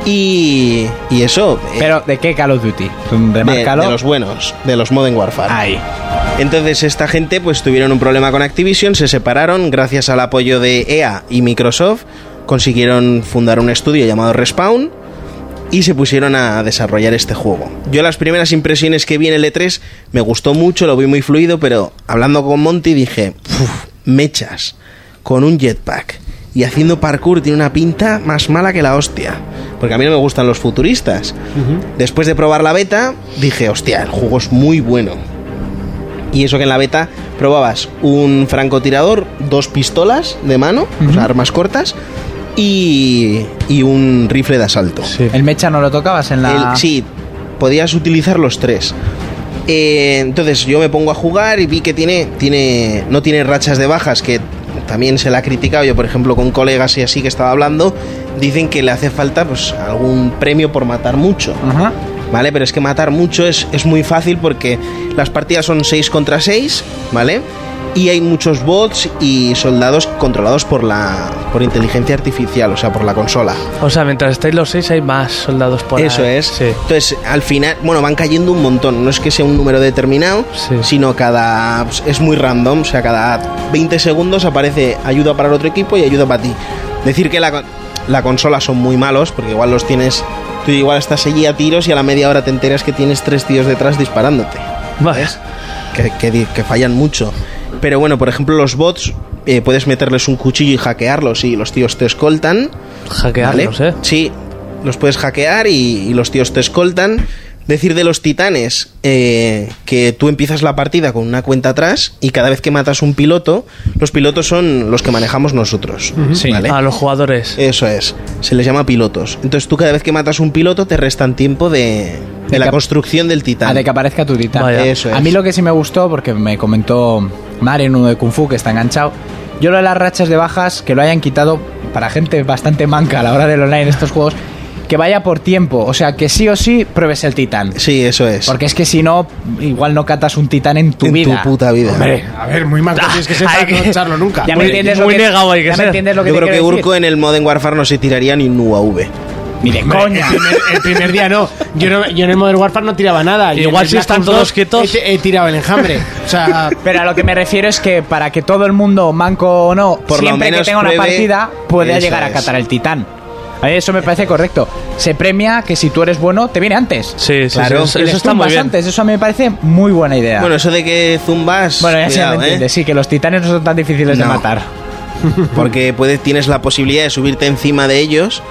Speaker 6: y y eso eh,
Speaker 5: Pero, ¿de qué Call of Duty?
Speaker 6: de,
Speaker 5: Remárcalo.
Speaker 6: de los buenos, de los Modern Warfare.
Speaker 5: Ahí.
Speaker 6: Entonces esta gente pues tuvieron un problema con Activision, se separaron gracias al apoyo de EA y Microsoft, consiguieron fundar un estudio llamado Respawn y se pusieron a desarrollar este juego. Yo las primeras impresiones que vi en el E3 me gustó mucho, lo vi muy fluido, pero hablando con Monty dije, "Uf, mechas, con un jetpack y haciendo parkour tiene una pinta más mala que la hostia, porque a mí no me gustan los futuristas. Después de probar la beta, dije, hostia, el juego es muy bueno. Y eso que en la beta probabas un francotirador, dos pistolas de mano, o sea, armas cortas, y, y un rifle de asalto.
Speaker 5: El mecha no lo tocabas en la.
Speaker 6: El- sí, podías utilizar los tres. Eh, entonces yo me pongo a jugar y vi que tiene, tiene, no tiene rachas de bajas, que también se la ha criticado. Yo, por ejemplo, con colegas y así que estaba hablando, dicen que le hace falta pues, algún premio por matar mucho. ¿Vale? Pero es que matar mucho es, es muy fácil porque las partidas son 6 contra 6, ¿vale? Y hay muchos bots y soldados controlados por la por inteligencia artificial, o sea, por la consola.
Speaker 7: O sea, mientras estáis los seis hay más soldados por ahí.
Speaker 6: Eso es. Entonces, al final, bueno, van cayendo un montón. No es que sea un número determinado, sino cada. pues, Es muy random, o sea, cada 20 segundos aparece ayuda para el otro equipo y ayuda para ti. Decir que la, con- la consola son muy malos, porque igual los tienes. Tú igual estás allí a tiros y a la media hora te enteras que tienes tres tíos detrás disparándote. ¿Ves? Que, que di- que fallan mucho. Pero bueno, por ejemplo, los bots. eh, puedes meterles un cuchillo y hackearlos y los tíos te escoltan.
Speaker 7: Hackearlos,
Speaker 6: ¿eh? Sí, los puedes hackear y, y los tíos te escoltan. Decir de los titanes eh, que tú empiezas la partida con una cuenta atrás y cada vez que matas un piloto, los pilotos son los que manejamos nosotros.
Speaker 7: A
Speaker 5: Ah,
Speaker 7: los jugadores.
Speaker 6: Eso es, se les llama pilotos. Entonces tú cada vez que matas un piloto te restan tiempo de, de la construcción del titán.
Speaker 5: Ah, de que aparezca tu titán.
Speaker 6: Vaya. Eso
Speaker 5: A
Speaker 6: es.
Speaker 5: mí lo que sí me gustó, porque me comentó Mario en uno de Kung Fu que está enganchado, yo lo de las rachas de bajas, que lo hayan quitado para gente bastante manca a la hora del online en estos juegos, que vaya por tiempo. O sea, que sí o sí pruebes el titán.
Speaker 6: Sí, eso es.
Speaker 5: Porque es que si no, igual no catas un titán en tu
Speaker 6: En tu
Speaker 5: vida.
Speaker 6: puta vida.
Speaker 11: Hombre, a ver, muy mal tienes que ser para no echarlo nunca.
Speaker 5: Ah, Ya me entiendes lo que- ya me entiendes lo que
Speaker 6: Yo
Speaker 5: te
Speaker 6: creo que
Speaker 5: quiero decir.
Speaker 6: Urco en el Modern Warfare no se tiraría ni un UAV.
Speaker 5: Ni de
Speaker 11: El primer, el primer día no. Yo, no. yo en el Modern Warfare no tiraba nada. Yo en
Speaker 5: Igual
Speaker 11: el
Speaker 5: si
Speaker 11: Black
Speaker 5: están
Speaker 11: Ops
Speaker 5: todos
Speaker 11: 2
Speaker 5: quietos.
Speaker 11: He, he tirado el enjambre. O sea,
Speaker 5: Pero a lo que me refiero es que para que todo el mundo, manco o no,
Speaker 11: Por lo
Speaker 5: siempre que
Speaker 11: menos
Speaker 5: tenga una
Speaker 11: pruebe,
Speaker 5: partida, pueda
Speaker 11: eso
Speaker 5: llegar a
Speaker 11: es.
Speaker 5: catar el titán. A mí eso me parece correcto. Se premia que si tú eres bueno, te viene antes.
Speaker 7: Sí, sí, sí, eso-
Speaker 5: Y les
Speaker 7: eso está
Speaker 5: tumbas
Speaker 7: muy bien.
Speaker 5: antes. Eso a mí me parece muy buena idea.
Speaker 6: Bueno, eso de que zumbas.
Speaker 5: Bueno, ya se
Speaker 6: cuidado,
Speaker 5: me
Speaker 6: ¿eh?
Speaker 5: entiende. Sí, que los titanes no son tan difíciles de
Speaker 6: No.
Speaker 5: matar.
Speaker 6: Porque puedes, tienes la posibilidad de subirte encima de ellos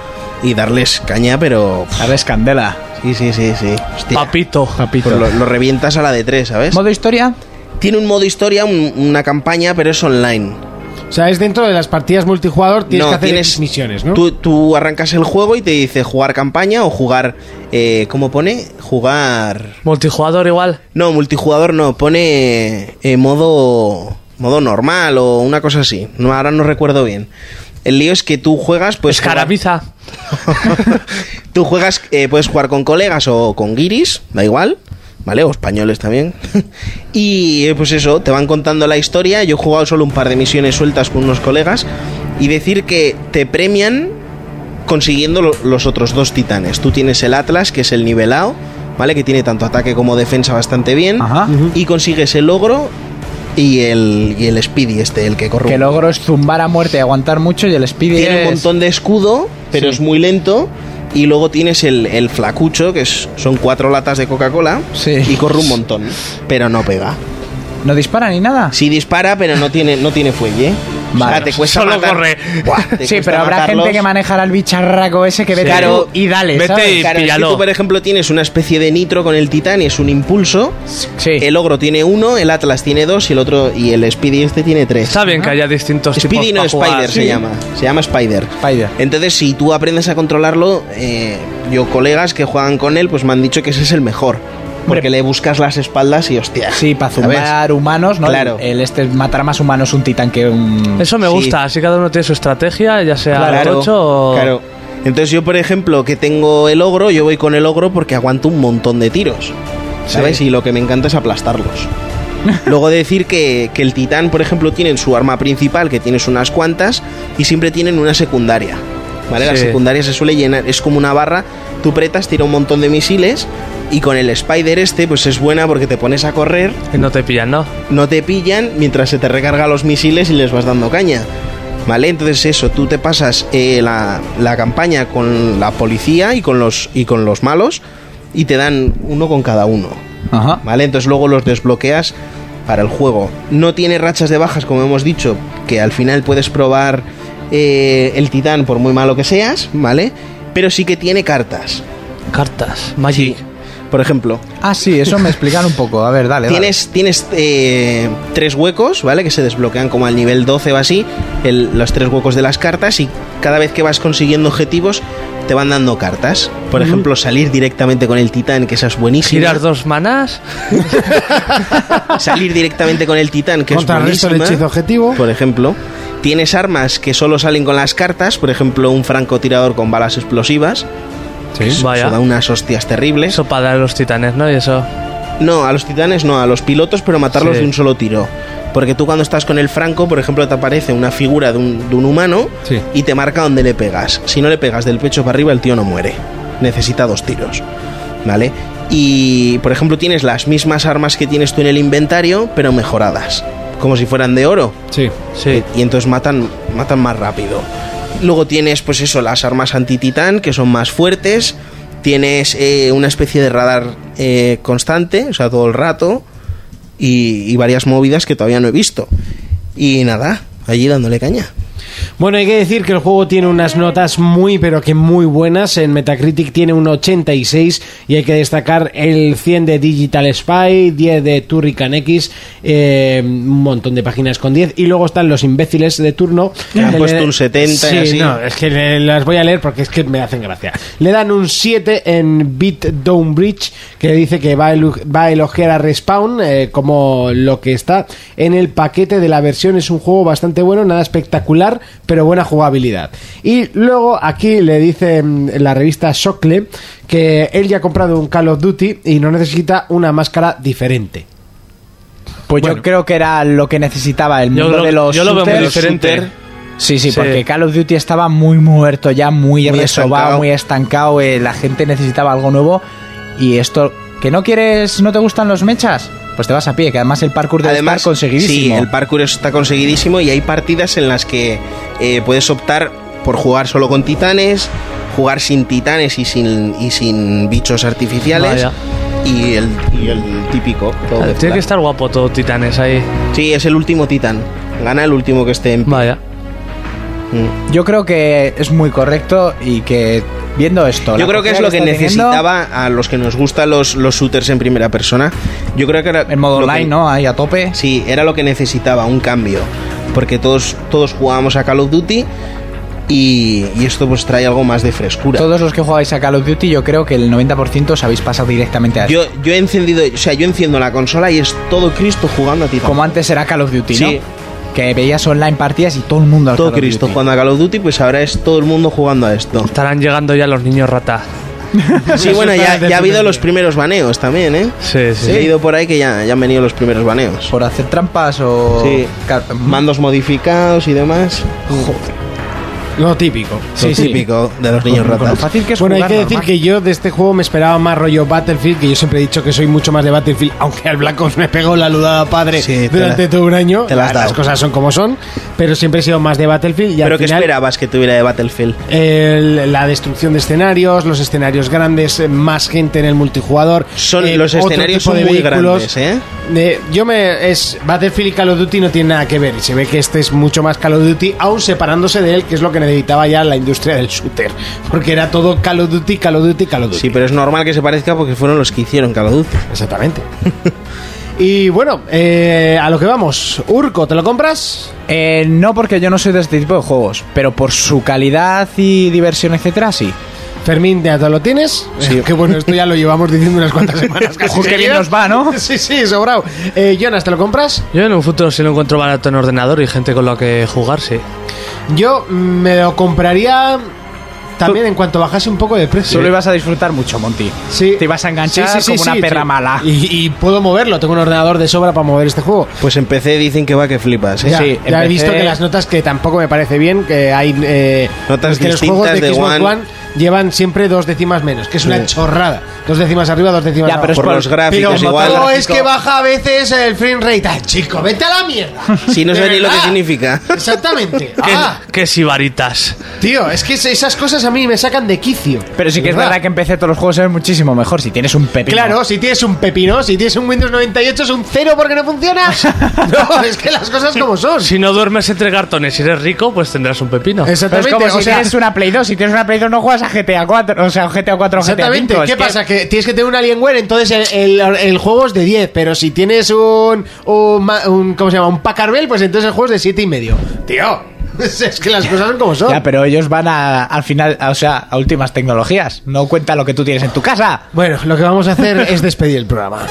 Speaker 6: y darles caña, pero.
Speaker 5: Darles candela.
Speaker 6: Sí, sí, sí, sí. Pues
Speaker 7: Papito, papito.
Speaker 6: Lo, lo revientas a la de tres, ¿sabes?
Speaker 5: ¿Modo historia?
Speaker 6: Tiene un modo historia, un- una campaña, pero es online.
Speaker 11: o sea, es dentro de las partidas multijugador, tienes
Speaker 6: No,
Speaker 11: que hacer
Speaker 6: tienes-
Speaker 11: X misiones, ¿no?
Speaker 6: Tú, tú arrancas el juego y te dice jugar campaña o jugar. Eh, ¿Cómo pone? Jugar.
Speaker 7: Multijugador igual.
Speaker 6: No, multijugador no. Pone eh, modo. Modo normal o una cosa así. No, ahora no recuerdo bien. El lío es que tú juegas, pues. jugar-
Speaker 7: Escarabiza.
Speaker 6: Tú juegas, eh, puedes jugar con colegas o con guiris, da igual, ¿vale? O españoles también. y eh, pues eso, te van contando la historia. Yo he jugado solo un par de misiones sueltas con unos colegas. Y decir que te premian consiguiendo lo- los otros dos titanes. Tú tienes el Atlas, que es el nivelado, ¿vale? Que tiene tanto ataque como defensa bastante bien. Y consigues el ogro y el, y el Speedy, este, el que corrompe.
Speaker 5: Que logro es zumbar a muerte y aguantar mucho y el speedy
Speaker 6: Tiene
Speaker 5: es-
Speaker 6: un montón de escudo, pero es muy lento. Y luego tienes el, el flacucho, que es- son cuatro latas de Coca-Cola. Y corre un montón, pero no pega.
Speaker 5: ¿No dispara ni nada?
Speaker 6: Sí dispara, pero no tiene, no tiene fuelle. O sea, te cuesta
Speaker 5: Solo
Speaker 6: matar-
Speaker 5: corre.
Speaker 6: Buah, te
Speaker 5: Sí,
Speaker 6: cuesta
Speaker 5: pero habrá
Speaker 6: matarlos.
Speaker 5: gente que manejará el bicharraco ese que vete
Speaker 6: Claro,
Speaker 5: tú y dale, ¿sabes?
Speaker 6: Claro, si tú, por ejemplo, tienes una especie de nitro con el titán y es un impulso. El ogro tiene uno, el Atlas tiene dos y el otro y el Speedy este tiene tres.
Speaker 7: Está bien que haya distintos
Speaker 6: Speedy
Speaker 7: tipos
Speaker 6: no
Speaker 7: pa' jugar.
Speaker 6: Spider se
Speaker 7: Sí.
Speaker 6: llama. Se llama Spider. Entonces, si tú aprendes a controlarlo, eh, yo, colegas que juegan con él, pues me han dicho que ese es el mejor. Porque le buscas las espaldas y hostia.
Speaker 5: Sí, para zumbar humanos, ¿no?
Speaker 6: Claro.
Speaker 5: El, el este matar más humanos un titán que un.
Speaker 7: Eso me
Speaker 5: Sí.
Speaker 7: gusta, así cada uno tiene su estrategia, ya sea
Speaker 6: Claro,
Speaker 7: tocho o...
Speaker 6: claro. Entonces yo, por ejemplo, que tengo el ogro, yo voy con el ogro porque aguanto un montón de tiros. ¿Sabes? Y lo que me encanta es aplastarlos. Luego decir que, que el titán, por ejemplo, tienen su arma principal, que tienes unas cuantas, y siempre tienen una secundaria. ¿Vale? La
Speaker 7: Sí.
Speaker 6: secundaria se suele llenar, es como una barra, tú pretas, tira un montón de misiles, y con el Spider este, pues es buena porque te pones a correr,
Speaker 7: Y no te pillan, ¿no?
Speaker 6: no te pillan mientras se te recarga los misiles y les vas dando caña. ¿Vale? Entonces eso, tú te pasas eh, la, la campaña con la policía y con los y con los malos y te dan uno con cada uno. ¿Vale? Entonces luego los desbloqueas para el juego. No tiene rachas de bajas, como hemos dicho, que al final puedes probar eh, el titán por muy malo que seas, ¿vale? Pero sí que tiene cartas.
Speaker 7: Cartas, Magic.
Speaker 6: por ejemplo.
Speaker 5: Ah, sí, eso me explican un poco. A ver, dale. dale.
Speaker 6: Tienes, tienes eh, tres huecos, ¿vale? Que se desbloquean como al nivel 12 o así, el- los tres huecos de las cartas y cada vez que vas consiguiendo objetivos te van dando cartas. Por
Speaker 7: Ujú.
Speaker 6: ejemplo, salir directamente con el titán, que esa es buenísima.
Speaker 7: Girar dos manás.
Speaker 6: salir directamente con el titán, que
Speaker 1: Contrarresto
Speaker 6: es
Speaker 1: el
Speaker 6: buenísima.
Speaker 1: hechizo objetivo.
Speaker 6: Por ejemplo, tienes armas que solo salen con las cartas, por ejemplo, un francotirador con balas explosivas. que eso-
Speaker 7: Vaya.
Speaker 6: Eso da unas hostias terribles.
Speaker 7: Eso para dar a los titanes, ¿no? Y eso.
Speaker 6: No, a los titanes no, a los pilotos, pero matarlos
Speaker 7: Sí.
Speaker 6: de un solo tiro. Porque tú cuando estás con el franco, por ejemplo, te aparece una figura de un, de un humano
Speaker 5: Sí.
Speaker 6: y te marca dónde le pegas. Si no le pegas del pecho para arriba, el tío no muere. Necesita dos tiros. ¿Vale? Y, por ejemplo, tienes las mismas armas que tienes tú en el inventario, pero mejoradas. Como si fueran de oro.
Speaker 1: Sí.
Speaker 7: Sí.
Speaker 6: Eh, Y entonces matan, matan más rápido. Luego tienes, pues eso, las armas antititán, que son más fuertes. Tienes eh, una especie de radar eh, constante, o sea, todo el rato. Y, y varias movidas que todavía no he visto. Y nada, allí dándole caña.
Speaker 1: Bueno, hay que decir que el juego tiene unas notas muy, pero que muy buenas. En Metacritic tiene un 86 y hay que destacar el 100 de Digital Spy, 10 de Turrican X, eh, un montón de páginas con 10. Y luego están los imbéciles de turno.
Speaker 6: Que han
Speaker 1: Le-
Speaker 6: puesto un 70 y
Speaker 1: Sí,
Speaker 6: así.
Speaker 1: no, es que le- las voy a leer porque es que me hacen gracia. Le dan un 7 en Beat Down Bridge, que dice que va a, elu- va a elogiar a Respawn eh, como lo que está en el paquete de la versión. Es un juego bastante bueno, nada espectacular, pero buena jugabilidad. Y luego aquí le dice mm, la revista Shockle que él ya ha comprado un Call of Duty y no necesita una máscara diferente.
Speaker 5: Pues yo creo que era lo que necesitaba el
Speaker 7: Yo
Speaker 5: mundo
Speaker 7: lo-
Speaker 5: de los
Speaker 7: yo lo veo muy
Speaker 5: shooters.
Speaker 7: diferente. Ah,
Speaker 5: Sí, sí,
Speaker 7: Sí.
Speaker 5: porque Call of Duty estaba muy muerto ya, muy,
Speaker 6: Muy estancado.
Speaker 5: resobado, muy estancado. eh, la gente necesitaba algo nuevo. Y esto, ¿que no quieres, no te gustan los mechas? Pues te vas a pie, que además el parkour debe
Speaker 6: Además,
Speaker 5: estar conseguidísimo.
Speaker 6: Sí, el parkour está conseguidísimo y hay partidas en las que eh, puedes optar por jugar solo con titanes, jugar sin titanes y sin, y sin bichos artificiales.
Speaker 7: Vaya.
Speaker 6: Y el, y el típico. todo
Speaker 7: Claro,
Speaker 6: mezclado.
Speaker 7: Tiene que estar guapo todo titanes ahí.
Speaker 6: Sí, es el último titán. Gana el último que esté en pie.
Speaker 7: Vaya.
Speaker 6: Mm.
Speaker 5: Yo creo que es muy correcto y que viendo esto...
Speaker 6: Yo
Speaker 5: la
Speaker 6: creo que es lo
Speaker 5: acogida
Speaker 6: que
Speaker 5: está teniendo,
Speaker 6: necesitaba a los que nos gustan los, los shooters en primera persona. Yo creo que era.
Speaker 5: El modo
Speaker 6: lo que-
Speaker 5: online, ¿no? Ahí a tope.
Speaker 6: Sí, era lo que necesitaba, un cambio. Porque todos, todos jugábamos a Call of Duty y, y esto pues trae algo más de frescura.
Speaker 5: Todos los que jugáis a Call of Duty, yo creo que el 90% os habéis pasado directamente a
Speaker 6: Yo, yo he encendido, o sea, yo enciendo la consola y es todo Cristo jugando a ti.
Speaker 5: Como antes era Call of Duty,
Speaker 6: Sí.
Speaker 5: ¿no? Que veías online partidas y todo el mundo al
Speaker 6: todo
Speaker 5: Call of
Speaker 6: Cristo
Speaker 5: Duty.
Speaker 6: jugando a Call of Duty, pues ahora es todo el mundo jugando a esto.
Speaker 7: Estarán llegando ya los niños rata.
Speaker 6: Sí, bueno, ya, ya ha habido los primeros baneos también, ¿eh?
Speaker 7: Sí, sí.
Speaker 6: He leído por ahí que ya, ya han venido los primeros baneos.
Speaker 5: Por hacer trampas o.
Speaker 6: Sí.
Speaker 5: Ca- mm.
Speaker 6: Mandos modificados y demás.
Speaker 1: Lo típico.
Speaker 5: Sí, sí.
Speaker 6: Típico de los
Speaker 5: Con-
Speaker 6: niños
Speaker 5: con lo
Speaker 6: ratas.
Speaker 5: fácil que es
Speaker 1: bueno, hay
Speaker 5: jugar
Speaker 1: que decir
Speaker 5: normal.
Speaker 1: que yo de este juego me esperaba más rollo Battlefield, que yo siempre he dicho que soy mucho más de Battlefield, aunque al Black Ops me pegó la ludada padre
Speaker 6: Sí, te
Speaker 1: durante
Speaker 6: la-
Speaker 1: todo un año.
Speaker 6: te la has
Speaker 1: las
Speaker 6: dado.
Speaker 1: cosas son como son, pero siempre he sido más de Battlefield y al
Speaker 6: Pero ¿qué
Speaker 1: final,
Speaker 6: esperabas que tuviera de Battlefield?
Speaker 1: el- la destrucción de escenarios, los escenarios grandes, eh, más gente en el multijugador.
Speaker 6: Son,
Speaker 1: eh,
Speaker 6: los
Speaker 1: otro
Speaker 6: escenarios
Speaker 1: tipo
Speaker 6: son
Speaker 1: de
Speaker 6: muy
Speaker 1: vehículos.
Speaker 6: grandes, ¿eh?
Speaker 1: Eh, yo me. Es, Battlefield y Call of Duty no tienen nada que ver. Y se ve que este es mucho más Call of Duty, aún separándose de él, que es lo que necesitaba ya la industria del shooter. Porque era todo Call of Duty, Call of Duty, Call of Duty.
Speaker 6: Sí, pero es normal que se parezca porque fueron los que hicieron Call of Duty.
Speaker 1: Exactamente. y bueno, eh, a lo que vamos. Urco, ¿te lo compras?
Speaker 5: Eh, no, porque yo no soy de este tipo de juegos. Pero por su calidad y diversión, etcétera, sí.
Speaker 1: Fermín, ¿ya te lo tienes? Sí. que bueno, esto ya lo llevamos diciendo unas cuantas semanas casi.
Speaker 5: Ojo, qué bien
Speaker 1: seguidas.
Speaker 5: nos va, ¿no?
Speaker 1: Sí, sí, sobrado. Eh, Jonas, ¿te lo compras?
Speaker 7: Yo en un futuro si lo encuentro barato en ordenador y gente con la que jugar, sí.
Speaker 1: Yo me lo compraría también en cuanto bajase un poco de precio.
Speaker 5: Solo ibas a disfrutar mucho, Monty.
Speaker 1: Sí.
Speaker 5: Te ibas a enganchar
Speaker 1: Sí, sí, sí,
Speaker 5: como una
Speaker 1: sí,
Speaker 5: perra
Speaker 1: sí.
Speaker 5: mala.
Speaker 1: Y, y puedo moverlo, tengo un ordenador de sobra para mover este juego.
Speaker 6: Pues empecé, dicen que va que flipas, ¿eh?
Speaker 1: Ya,
Speaker 5: sí,
Speaker 1: ya he
Speaker 5: empecé-
Speaker 1: visto que las notas que tampoco me parece bien, que hay eh,
Speaker 6: Notas
Speaker 1: que los
Speaker 6: distintas
Speaker 1: juegos de,
Speaker 6: de
Speaker 1: Xbox One.
Speaker 6: One.
Speaker 1: llevan siempre dos décimas menos, que es una
Speaker 6: Sí.
Speaker 1: chorrada. Dos décimas arriba, dos décimas
Speaker 5: Ya,
Speaker 1: abajo.
Speaker 5: pero es
Speaker 6: Por
Speaker 5: por-
Speaker 6: los gráficos
Speaker 1: Pero
Speaker 6: igual.
Speaker 1: todo es que baja a veces el frame rate. Ah, chico, vete a la mierda.
Speaker 6: Si no
Speaker 1: De
Speaker 6: sé ni lo que
Speaker 1: verdad.
Speaker 6: significa.
Speaker 1: Exactamente.
Speaker 7: ¿Qué,
Speaker 1: Ah,
Speaker 7: qué sibaritas?
Speaker 1: tío, es que es- esas cosas a mí me sacan de quicio.
Speaker 5: Pero sí que es verdad que empecé todos los juegos es muchísimo mejor. Si tienes un pepino.
Speaker 1: Claro, si tienes un pepino, si tienes un Windows 98 es un cero porque no funciona. No, es que las cosas como son.
Speaker 7: Si no duermes entre cartones y eres rico, pues tendrás un pepino.
Speaker 5: Pero es
Speaker 1: Exactamente.
Speaker 5: como
Speaker 1: o
Speaker 5: si
Speaker 1: sea,
Speaker 5: tienes una Play 2. Si tienes una Play 2 no juegas pasa GTA 4, o sea, GTA 4 GTA
Speaker 1: Exactamente,
Speaker 5: V, es
Speaker 1: ¿qué
Speaker 5: que-
Speaker 1: pasa? Que tienes que tener un Alienware, entonces el, el- el juego es de 10, pero si tienes un, un, ma- un- ¿cómo se llama? Un Packard Bell, pues entonces el juego es de 7 y medio. Tío, es que las cosas son como son.
Speaker 5: Ya, pero ellos van a, al final, a- o sea, a últimas tecnologías. No cuenta lo que tú tienes en tu casa.
Speaker 1: Bueno, lo que vamos a hacer es despedir el programa.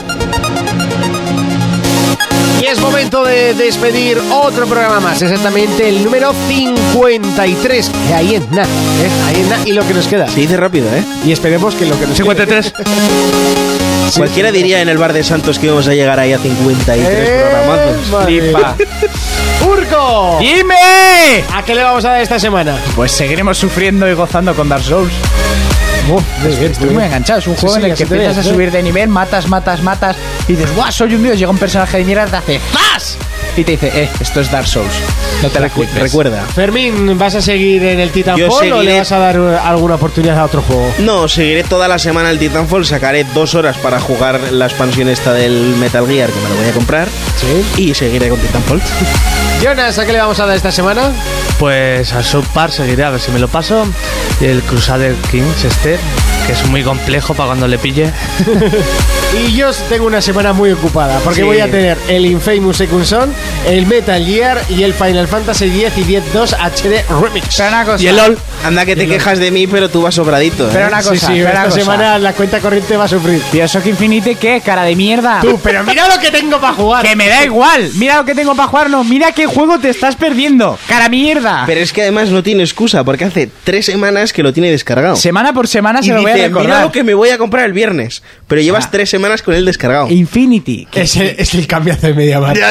Speaker 1: Y es momento de despedir otro programa más, exactamente el número 53. Que ahí es nada, ¿eh? ahí es nada. Y lo que nos queda.
Speaker 6: Se dice rápido, ¿eh?
Speaker 1: Y esperemos que lo que nos
Speaker 7: 53.
Speaker 6: Cualquiera diría en el bar de Santos que íbamos a llegar ahí a 53
Speaker 1: Eh, pues,
Speaker 6: programazos.
Speaker 5: Flipa.
Speaker 1: ¡Urco!
Speaker 7: ¡Eh!
Speaker 5: ¡Dime!
Speaker 1: ¿A qué le vamos a dar esta semana?
Speaker 5: Pues seguiremos sufriendo y gozando con Dark Souls. Uf, estoy muy enganchado. Es un juego
Speaker 1: sí,
Speaker 5: en el
Speaker 1: así
Speaker 5: que
Speaker 1: te
Speaker 5: empiezas
Speaker 1: ves,
Speaker 5: a
Speaker 1: ¿eh?
Speaker 5: subir de nivel, matas, matas, matas. Y dices, guau, soy un dios. Llega un personaje de mierda, te hace ¡zas! Y te dice, eh, esto es Dark Souls. No te la flipes.
Speaker 6: Pues Recuerda.
Speaker 1: Fermín, ¿vas a seguir en el
Speaker 6: Yo
Speaker 1: Titanfall o
Speaker 6: seguiré-
Speaker 1: le vas a dar eh, alguna oportunidad a otro juego?
Speaker 6: No, seguiré toda la semana el Titanfall, sacaré dos horas para jugar la expansión esta del Metal Gear, que me lo voy a comprar,
Speaker 1: Sí.
Speaker 6: y seguiré con Titanfall.
Speaker 1: Jonas, ¿a qué le vamos a dar esta semana?
Speaker 7: Pues a South Park seguiré a ver si me lo paso. El Crusader Kings este, que es muy complejo para cuando le pille.
Speaker 1: Y yo tengo una semana muy ocupada porque
Speaker 7: Sí.
Speaker 1: voy a tener el Infamous Second Son, el Metal Gear y el Final Fantasy X y X-2 HD Remix.
Speaker 5: Pero una cosa.
Speaker 7: Y el LOL.
Speaker 6: Anda que te quejas de mí, pero tú vas sobradito. ¿eh?
Speaker 5: Pero una
Speaker 1: Sí,
Speaker 5: cosa.
Speaker 1: sí,
Speaker 5: pero
Speaker 1: esta
Speaker 5: una cosa.
Speaker 1: semana la cuenta corriente va a sufrir.
Speaker 5: Tío, Shock Infinite, ¿qué? Cara de mierda.
Speaker 1: Tú, pero mira lo que tengo para jugar.
Speaker 5: Que me da igual. Mira lo que tengo para jugar. No, mira qué juego te estás perdiendo. Cara mierda.
Speaker 6: Pero es que además no tiene excusa, porque hace tres semanas que lo tiene descargado.
Speaker 5: semana por semana
Speaker 6: y
Speaker 5: se lo voy a
Speaker 6: dice,
Speaker 5: recordar.
Speaker 6: mira lo que me voy a comprar el viernes, pero llevas tres semanas con él descargado.
Speaker 5: Infinity. que
Speaker 1: Es el, es el cambiazo de este media Markt.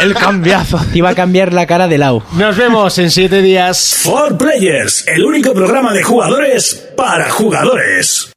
Speaker 7: El cambiazo.
Speaker 5: Iba a cambiar la cara de Lau.
Speaker 1: Nos vemos en siete días.
Speaker 2: For Players, el único programa de jugadores para jugadores.